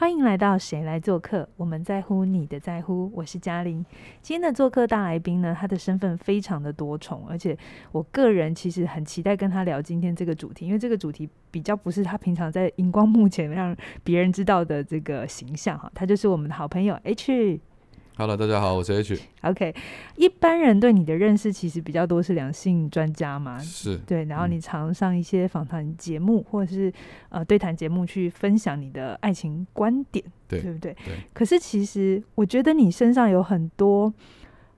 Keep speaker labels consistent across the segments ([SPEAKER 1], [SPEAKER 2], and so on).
[SPEAKER 1] 欢迎来到《谁来做客》，我们在乎你的在乎，我是嘉玲。今天的做客大来宾呢，他的身份非常的多重，而且我个人其实很期待跟他聊今天这个主题，因为这个主题比较不是他平常在荧光幕前让别人知道的这个形象哈，他就是我们的好朋友 H。
[SPEAKER 2] Hello，大家好，我是 H，
[SPEAKER 1] OK，一般人对你的认识其实比较多是两性专家嘛，
[SPEAKER 2] 是
[SPEAKER 1] 对，然后
[SPEAKER 2] 嗯
[SPEAKER 1] 你常上一些访谈节目或者是呃对谈节目去分享你的爱情观点，
[SPEAKER 2] 对
[SPEAKER 1] 不对？
[SPEAKER 2] 对
[SPEAKER 1] 可是其实我觉得你身上有很多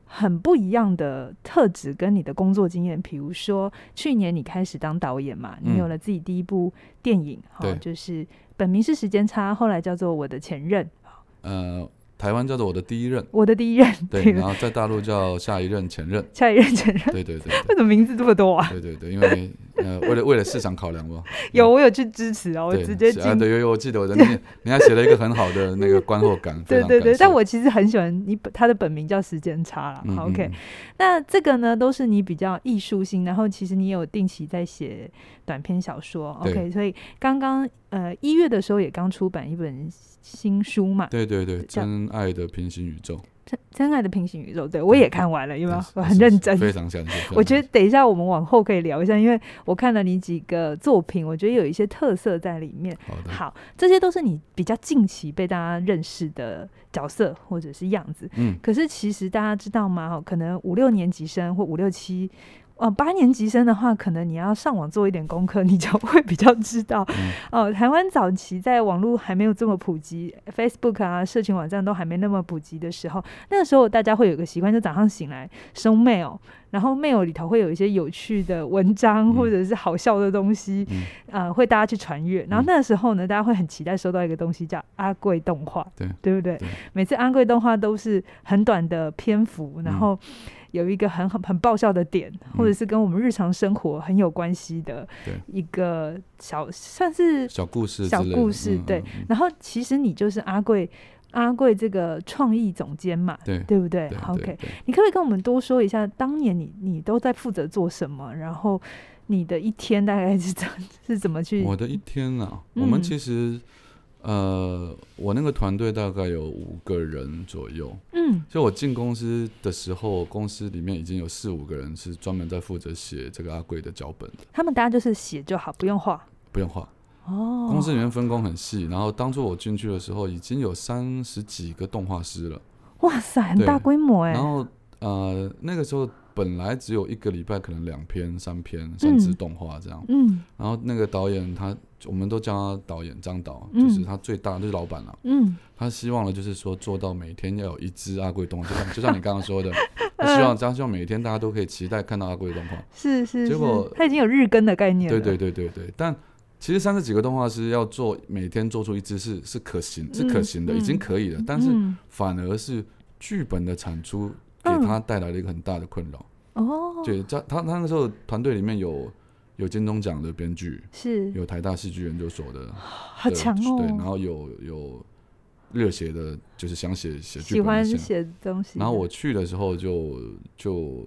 [SPEAKER 1] 很不一样的特质跟你的工作经验，比如说去年你开始当导演嘛，你
[SPEAKER 2] 嗯
[SPEAKER 1] 有了自己第一部电影，哈、
[SPEAKER 2] 对
[SPEAKER 1] 就是本名是时间差，后来叫做我的前任，，
[SPEAKER 2] 呃，台湾叫做我的第一任
[SPEAKER 1] 我的第一任，
[SPEAKER 2] 对，然后在大陆叫下一任前任，
[SPEAKER 1] 下一任前任，
[SPEAKER 2] 对对对对
[SPEAKER 1] 为什么名字这么多啊？
[SPEAKER 2] 对对对，因为呃，为了为了市场考量嘛，
[SPEAKER 1] 有，我有去支持哦，我
[SPEAKER 2] 对
[SPEAKER 1] 直接进。
[SPEAKER 2] 是啊，对，有有，我记得我的那，你还写了一个很好的那个观后感，非
[SPEAKER 1] 对
[SPEAKER 2] 常
[SPEAKER 1] 对
[SPEAKER 2] 感
[SPEAKER 1] 对，
[SPEAKER 2] 谢
[SPEAKER 1] 但我其实很喜欢你本他的本名叫时间差啦。
[SPEAKER 2] 嗯
[SPEAKER 1] 好
[SPEAKER 2] 嗯
[SPEAKER 1] OK，
[SPEAKER 2] 嗯
[SPEAKER 1] 那这个呢都是你比较艺术性，然后其实你也有定期在写短篇小说。
[SPEAKER 2] 对
[SPEAKER 1] OK，所以刚刚呃一月的时候也刚出版一本新书嘛，
[SPEAKER 2] 对对对，
[SPEAKER 1] 这
[SPEAKER 2] 真爱的平行宇宙，
[SPEAKER 1] 真《真爱的平行宇宙》。对我也看完了，因为我很认真。
[SPEAKER 2] 非常感谢，
[SPEAKER 1] 我觉
[SPEAKER 2] 得
[SPEAKER 1] 得等一下我们往后可以聊一下，因为我看了你几个作品，我觉得有一些特色在里面。
[SPEAKER 2] 好的，
[SPEAKER 1] 好，这些都是你比较近期被大家认识的角色或者是样子。
[SPEAKER 2] 嗯，
[SPEAKER 1] 可是其实大家知道吗？哦可能五六年级生或五六七。呃，八年级生的话，可能你要上网做一点功课，你就会比较知道。
[SPEAKER 2] 嗯
[SPEAKER 1] 哦、台湾早期在网络还没有这么普及，Facebook 啊、社群网站都还没那么普及的时候，那个时候大家会有个习惯，就早上醒来收 mail，然后 mail 里头会有一些有趣的文章
[SPEAKER 2] 嗯
[SPEAKER 1] 或者是好笑的东西，
[SPEAKER 2] 嗯
[SPEAKER 1] 呃，会大家去传阅。然后
[SPEAKER 2] 嗯
[SPEAKER 1] 那个时候呢，大家会很期待收到一个东西叫阿贵动画，
[SPEAKER 2] 对
[SPEAKER 1] 对不对？
[SPEAKER 2] 对
[SPEAKER 1] 每次安贵动画都是很短的篇幅，然
[SPEAKER 2] 嗯
[SPEAKER 1] 后有一个很很很爆笑的点，或者是跟我们日常生活很有关系的
[SPEAKER 2] 对
[SPEAKER 1] 一个小算是。
[SPEAKER 2] 小故事之
[SPEAKER 1] 小
[SPEAKER 2] 类的，
[SPEAKER 1] 故事
[SPEAKER 2] 嗯
[SPEAKER 1] 对，
[SPEAKER 2] 嗯
[SPEAKER 1] 然后其实你就是阿贵，阿贵这个创意总监嘛，
[SPEAKER 2] 对
[SPEAKER 1] 对不对
[SPEAKER 2] 对对
[SPEAKER 1] o
[SPEAKER 2] 对
[SPEAKER 1] k 你可不可以跟我们多说一下，当年你你都在负责做什么？然后你的一天大概是怎 是怎么去？
[SPEAKER 2] 我的一天啊，我们
[SPEAKER 1] 嗯
[SPEAKER 2] 其实，呃，我那个团队大概有五个人左右。
[SPEAKER 1] 嗯
[SPEAKER 2] 就我进公司的时候，公司里面已经有四五个人是专门在负责写这个阿贵的脚本的，
[SPEAKER 1] 他们大家就是写就好，不用画
[SPEAKER 2] 不用画。
[SPEAKER 1] 哦。
[SPEAKER 2] 公司里面分工很细，然后当初我进去的时候，已经有三十几个动画师了。
[SPEAKER 1] 哇塞，很
[SPEAKER 2] 对
[SPEAKER 1] 大规模哎、
[SPEAKER 2] 然后呃，那个时候本来只有一个礼拜可能两篇、三篇，甚至
[SPEAKER 1] 嗯
[SPEAKER 2] 动画这样。
[SPEAKER 1] 嗯
[SPEAKER 2] 然后那个导演他，我们都叫他导演张导，
[SPEAKER 1] 嗯
[SPEAKER 2] 就是他最大就是老板啊了。
[SPEAKER 1] 嗯，
[SPEAKER 2] 他希望的就是说做到每天要有一只阿贵动画，就像就像你刚 刚说的，
[SPEAKER 1] 嗯
[SPEAKER 2] 他希望他希望每天大家都可以期待看到阿贵动画。
[SPEAKER 1] 是是
[SPEAKER 2] 结
[SPEAKER 1] 是
[SPEAKER 2] 果，
[SPEAKER 1] 他已经有日更的概念了。
[SPEAKER 2] 对对对对对，但其实三十几个动画师要做每天做出一只是是可行是可行的，
[SPEAKER 1] 嗯
[SPEAKER 2] 已经可以了，但是
[SPEAKER 1] 嗯
[SPEAKER 2] 反而是剧本的产出给
[SPEAKER 1] 嗯
[SPEAKER 2] 他带来了一个很大的困扰。
[SPEAKER 1] 哦，
[SPEAKER 2] 对，他他他那个时候团队里面有有金钟奖的编剧，
[SPEAKER 1] 是
[SPEAKER 2] 有台大戏剧研究所的
[SPEAKER 1] 好
[SPEAKER 2] 的
[SPEAKER 1] 强
[SPEAKER 2] 对，然
[SPEAKER 1] 哦，
[SPEAKER 2] 后有有热血的，就是想写写
[SPEAKER 1] 喜
[SPEAKER 2] 剧本的
[SPEAKER 1] 欢
[SPEAKER 2] 想
[SPEAKER 1] 写东西的。
[SPEAKER 2] 然后我去的时候就就，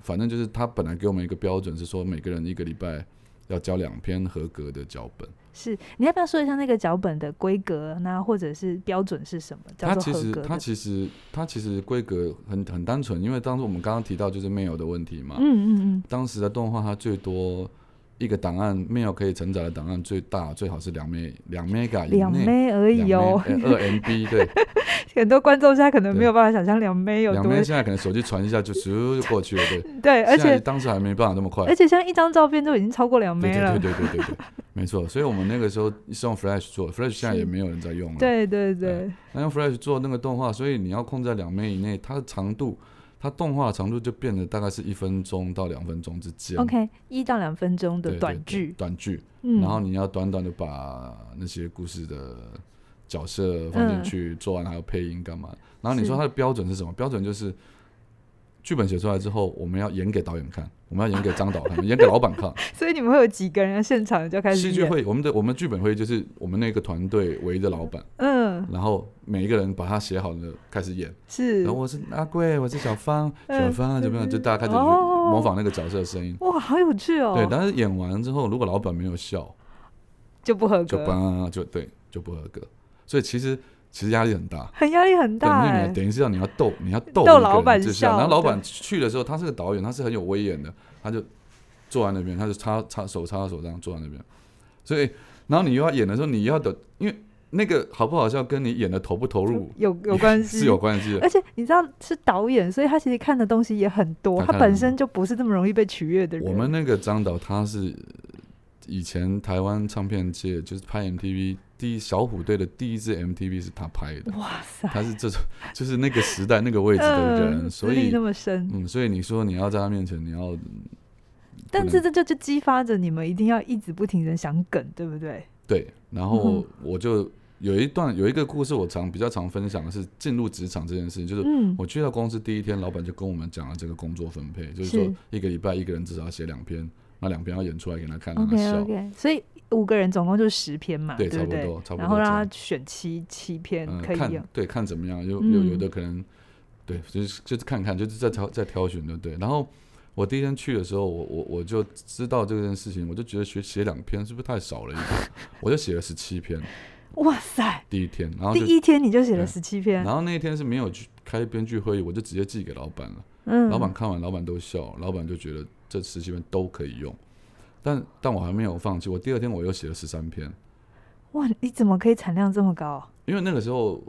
[SPEAKER 2] 反正就是他本来给我们一个标准是说每个人一个礼拜要交两篇合格的脚本，
[SPEAKER 1] 是你要不要说一下那个脚本的规格，啊那或者是标准是什么？叫
[SPEAKER 2] 它
[SPEAKER 1] 做
[SPEAKER 2] 其
[SPEAKER 1] 合
[SPEAKER 2] 实
[SPEAKER 1] 格的。
[SPEAKER 2] 它其实它其实规格很很单纯，因为当时我们刚刚提到就是 mail 的问题嘛，
[SPEAKER 1] 嗯嗯
[SPEAKER 2] 当时的动画它最多一个档案 mail 可以承载的档案最大最好是两 m 两 mega
[SPEAKER 1] 嗯，
[SPEAKER 2] 以
[SPEAKER 1] 两
[SPEAKER 2] 内。
[SPEAKER 1] 妹而已哦，
[SPEAKER 2] 二 MB 对，
[SPEAKER 1] 很多观众现在可能
[SPEAKER 2] 对
[SPEAKER 1] 没有办法想象两妹 有
[SPEAKER 2] 两
[SPEAKER 1] 多
[SPEAKER 2] MB 现在可能手机传一下就咻就过去了，对。
[SPEAKER 1] 对，而
[SPEAKER 2] 现在
[SPEAKER 1] 且
[SPEAKER 2] 当时还没办法那么快
[SPEAKER 1] 而，且像一张照片都已经超过两
[SPEAKER 2] 对
[SPEAKER 1] 妹
[SPEAKER 2] 对
[SPEAKER 1] 了
[SPEAKER 2] 对。对对对 对，没错。所以我们那个时候是用 Flash 做，Flash 现在也没有人在用了。，
[SPEAKER 1] 对对对，
[SPEAKER 2] 那用 Flash 做那个动画，所以你要控制在两枚以内，它的长度，它动画的长度就变得大概是一分钟到两分钟之间。
[SPEAKER 1] OK，一到两分钟
[SPEAKER 2] 对
[SPEAKER 1] 的
[SPEAKER 2] 对
[SPEAKER 1] 短
[SPEAKER 2] 对
[SPEAKER 1] 剧，
[SPEAKER 2] 短剧，
[SPEAKER 1] 嗯，
[SPEAKER 2] 然后你要短短的把那些故事的角色放进去，做完还要配音干嘛？然后你
[SPEAKER 1] 嗯是
[SPEAKER 2] 说它的标准是什么？标准就是。剧本写出来之后，我们要演给导演看，我们要演给张导看，演给老板看，
[SPEAKER 1] 所以你们会有几个人现场就开始
[SPEAKER 2] 戏剧
[SPEAKER 1] 演，
[SPEAKER 2] 会，我们的我们剧本会就是我们那个团队围着老板，
[SPEAKER 1] 嗯，
[SPEAKER 2] 然后每一个人把他写好了开始演。
[SPEAKER 1] 是
[SPEAKER 2] 然后我是阿贵，我是小芳，
[SPEAKER 1] 嗯
[SPEAKER 2] 小芳啊怎么样？就大家开始
[SPEAKER 1] 哦
[SPEAKER 2] 模仿那个角色的声音。
[SPEAKER 1] 哇，好有趣哦，
[SPEAKER 2] 对，但是演完之后，如果老板没有笑，
[SPEAKER 1] 就不合
[SPEAKER 2] 就
[SPEAKER 1] 格，
[SPEAKER 2] 吧就对就不合格。所以其实其实压力很大。
[SPEAKER 1] 很压力很
[SPEAKER 2] 等
[SPEAKER 1] 大、
[SPEAKER 2] 于你
[SPEAKER 1] 哎
[SPEAKER 2] 要等于是要你要逗你要
[SPEAKER 1] 逗
[SPEAKER 2] 逗一个
[SPEAKER 1] 老
[SPEAKER 2] 人
[SPEAKER 1] 板
[SPEAKER 2] 就像然后
[SPEAKER 1] 笑
[SPEAKER 2] 老板去的时候，他是个导演，他是很有威严的，他就坐在那边，他就插插手插手这样坐在那边，所以然后你又要演的时候，你要的因为那个好不好笑跟你演的投不投入
[SPEAKER 1] 有有关系，
[SPEAKER 2] 是有关系的。
[SPEAKER 1] 而且你知道是导演，所以他其实看的东西也很多，
[SPEAKER 2] 他
[SPEAKER 1] 他
[SPEAKER 2] 看
[SPEAKER 1] 本
[SPEAKER 2] 很
[SPEAKER 1] 身就不是这么容易被取悦的人。
[SPEAKER 2] 我们那个张导他是以前台湾唱片界就是拍 MTV 第一小虎队的第一支 MTV 是他拍的，
[SPEAKER 1] 哇塞，
[SPEAKER 2] 他是这种就是那个时代那个位置的人，
[SPEAKER 1] 嗯
[SPEAKER 2] 所
[SPEAKER 1] 资历
[SPEAKER 2] 以
[SPEAKER 1] 那么深，
[SPEAKER 2] 嗯，所以你说你要在他面前你要
[SPEAKER 1] 但
[SPEAKER 2] 能
[SPEAKER 1] 是这就就激发着你们一定要一直不停的想梗，对不对？
[SPEAKER 2] 对，然
[SPEAKER 1] 嗯
[SPEAKER 2] 后
[SPEAKER 1] 哼
[SPEAKER 2] 我就有一段有一个故事，我常比较常分享的是进入职场这件事情，就是
[SPEAKER 1] 嗯，
[SPEAKER 2] 我去到公司第一天，老板就跟我们讲了这个工作分配，就是
[SPEAKER 1] 是
[SPEAKER 2] 说一个礼拜一个人至少要写两篇，那两篇要演出来给他看，让他
[SPEAKER 1] OK
[SPEAKER 2] 笑。
[SPEAKER 1] OK，所以五个人总共就十篇嘛，
[SPEAKER 2] 对
[SPEAKER 1] 不对？
[SPEAKER 2] 差不多差不多
[SPEAKER 1] 然后让
[SPEAKER 2] 这样
[SPEAKER 1] 他选七七篇
[SPEAKER 2] 嗯，
[SPEAKER 1] 可以
[SPEAKER 2] 看
[SPEAKER 1] 用，
[SPEAKER 2] 对看怎么样，有有有
[SPEAKER 1] 嗯
[SPEAKER 2] 的可能，对，就是就是看看，就是再挑再挑选就对。然后我第一天去的时候，我我我就知道这件事情，我就觉得学写两篇是不是太少了一点？我就写了十七篇
[SPEAKER 1] 哇塞！
[SPEAKER 2] 第一天，然后
[SPEAKER 1] 第
[SPEAKER 2] 就
[SPEAKER 1] 一天你就写了
[SPEAKER 2] 对
[SPEAKER 1] 十七篇，
[SPEAKER 2] 然后那一天是没有去开编剧会议，我就直接寄给老板了。
[SPEAKER 1] 嗯，
[SPEAKER 2] 老板看完，老板都笑，老板就觉得这十七篇都可以用。但但我还没有放弃，我第二天我又写了十三篇，
[SPEAKER 1] 哇，你怎么可以产量这么高？
[SPEAKER 2] 因为那个时候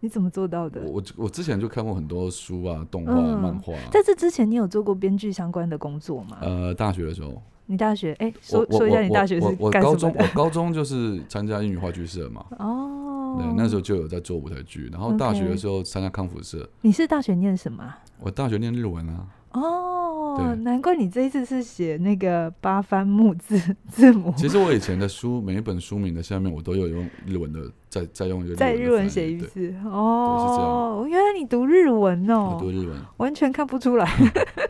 [SPEAKER 1] 你怎么做到的
[SPEAKER 2] 我？我我之前就看过很多书啊、动画、
[SPEAKER 1] 嗯
[SPEAKER 2] 漫画啊、
[SPEAKER 1] 在这之前，你有做过编剧相关的工作吗？
[SPEAKER 2] 呃，大学的时候，
[SPEAKER 1] 你大学哎，
[SPEAKER 2] 我
[SPEAKER 1] 说
[SPEAKER 2] 我
[SPEAKER 1] 说一下
[SPEAKER 2] 我
[SPEAKER 1] 你
[SPEAKER 2] 我
[SPEAKER 1] 大学
[SPEAKER 2] 我
[SPEAKER 1] 是
[SPEAKER 2] 我
[SPEAKER 1] 干
[SPEAKER 2] 高
[SPEAKER 1] 什么
[SPEAKER 2] 中我
[SPEAKER 1] 的？
[SPEAKER 2] 高中就是参加英语话剧社嘛，
[SPEAKER 1] 哦，
[SPEAKER 2] 对，那时候就有在做舞台剧，然后大学
[SPEAKER 1] OK
[SPEAKER 2] 的时候参加康复社，
[SPEAKER 1] 你是大学念什么啊？
[SPEAKER 2] 我大学念日文啊，
[SPEAKER 1] 哦
[SPEAKER 2] 对，
[SPEAKER 1] 难怪你这一次是写那个八番木字字 母，
[SPEAKER 2] 其实我以前的书，每一本书名的下面我都有用日文的，再再用一个
[SPEAKER 1] 在
[SPEAKER 2] 日
[SPEAKER 1] 日
[SPEAKER 2] 文
[SPEAKER 1] 文
[SPEAKER 2] 的翻
[SPEAKER 1] 写
[SPEAKER 2] 译
[SPEAKER 1] 一
[SPEAKER 2] 对
[SPEAKER 1] 次。
[SPEAKER 2] 是这样
[SPEAKER 1] 哦，原来你读日文
[SPEAKER 2] 我读
[SPEAKER 1] 哦，
[SPEAKER 2] 日文，
[SPEAKER 1] 完全看不出来。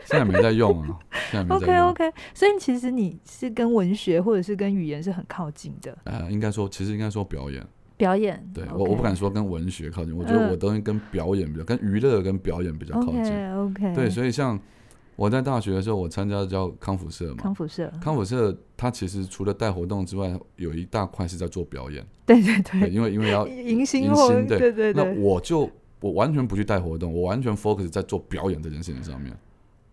[SPEAKER 2] 现在没在 用啊，现在没在
[SPEAKER 1] OK
[SPEAKER 2] 用。
[SPEAKER 1] OK，所以其实你是跟文学或者是跟语言是很靠近的
[SPEAKER 2] 呃，应该说，其实应该说表演。
[SPEAKER 1] 表演。
[SPEAKER 2] 对我，我不敢说跟文学靠近，我觉得
[SPEAKER 1] 嗯
[SPEAKER 2] 我都是跟表演比较，跟娱乐跟表演比较靠近。
[SPEAKER 1] OK OK，
[SPEAKER 2] 对，
[SPEAKER 1] 以
[SPEAKER 2] 所以像我在大学的时候，我参加叫康复社嘛，
[SPEAKER 1] 康复社，
[SPEAKER 2] 康复社它其实除了带活动之外，有一大块是在做表演，
[SPEAKER 1] 对对
[SPEAKER 2] 对，
[SPEAKER 1] 对，
[SPEAKER 2] 因为因为要
[SPEAKER 1] 迎新
[SPEAKER 2] 迎
[SPEAKER 1] 或
[SPEAKER 2] 新对
[SPEAKER 1] 对对
[SPEAKER 2] 那
[SPEAKER 1] 对，
[SPEAKER 2] 我就我完全不去带活动，我完全 focus 在做表演这件事情上面，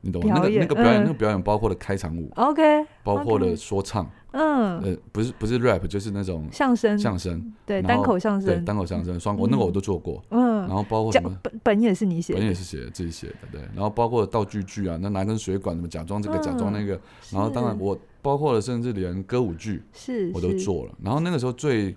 [SPEAKER 2] 你懂吗？那
[SPEAKER 1] 表
[SPEAKER 2] 个
[SPEAKER 1] 演
[SPEAKER 2] 那个表
[SPEAKER 1] 嗯
[SPEAKER 2] 演，那个表演包括了开场舞，
[SPEAKER 1] OK，
[SPEAKER 2] 包括
[SPEAKER 1] OK
[SPEAKER 2] 了说唱，
[SPEAKER 1] 嗯，
[SPEAKER 2] 呃，不是不是 rap，就是那种
[SPEAKER 1] 相声，
[SPEAKER 2] 相声，
[SPEAKER 1] 对，
[SPEAKER 2] 然
[SPEAKER 1] 单
[SPEAKER 2] 后
[SPEAKER 1] 口相
[SPEAKER 2] 对，
[SPEAKER 1] 声，
[SPEAKER 2] 单口相声、双口，
[SPEAKER 1] 嗯
[SPEAKER 2] 那个我都做过。
[SPEAKER 1] 嗯
[SPEAKER 2] 然，后包括什
[SPEAKER 1] 讲
[SPEAKER 2] 么，
[SPEAKER 1] 本本也是你写
[SPEAKER 2] 本也
[SPEAKER 1] 的，
[SPEAKER 2] 是写的自己写的，对。然后包括道具剧啊，那拿根水管怎么假装这个假装那个，然后当然
[SPEAKER 1] 嗯是
[SPEAKER 2] 我包括了，甚至连歌舞剧，
[SPEAKER 1] 是
[SPEAKER 2] 我都
[SPEAKER 1] 是
[SPEAKER 2] 做了。然后那个时候最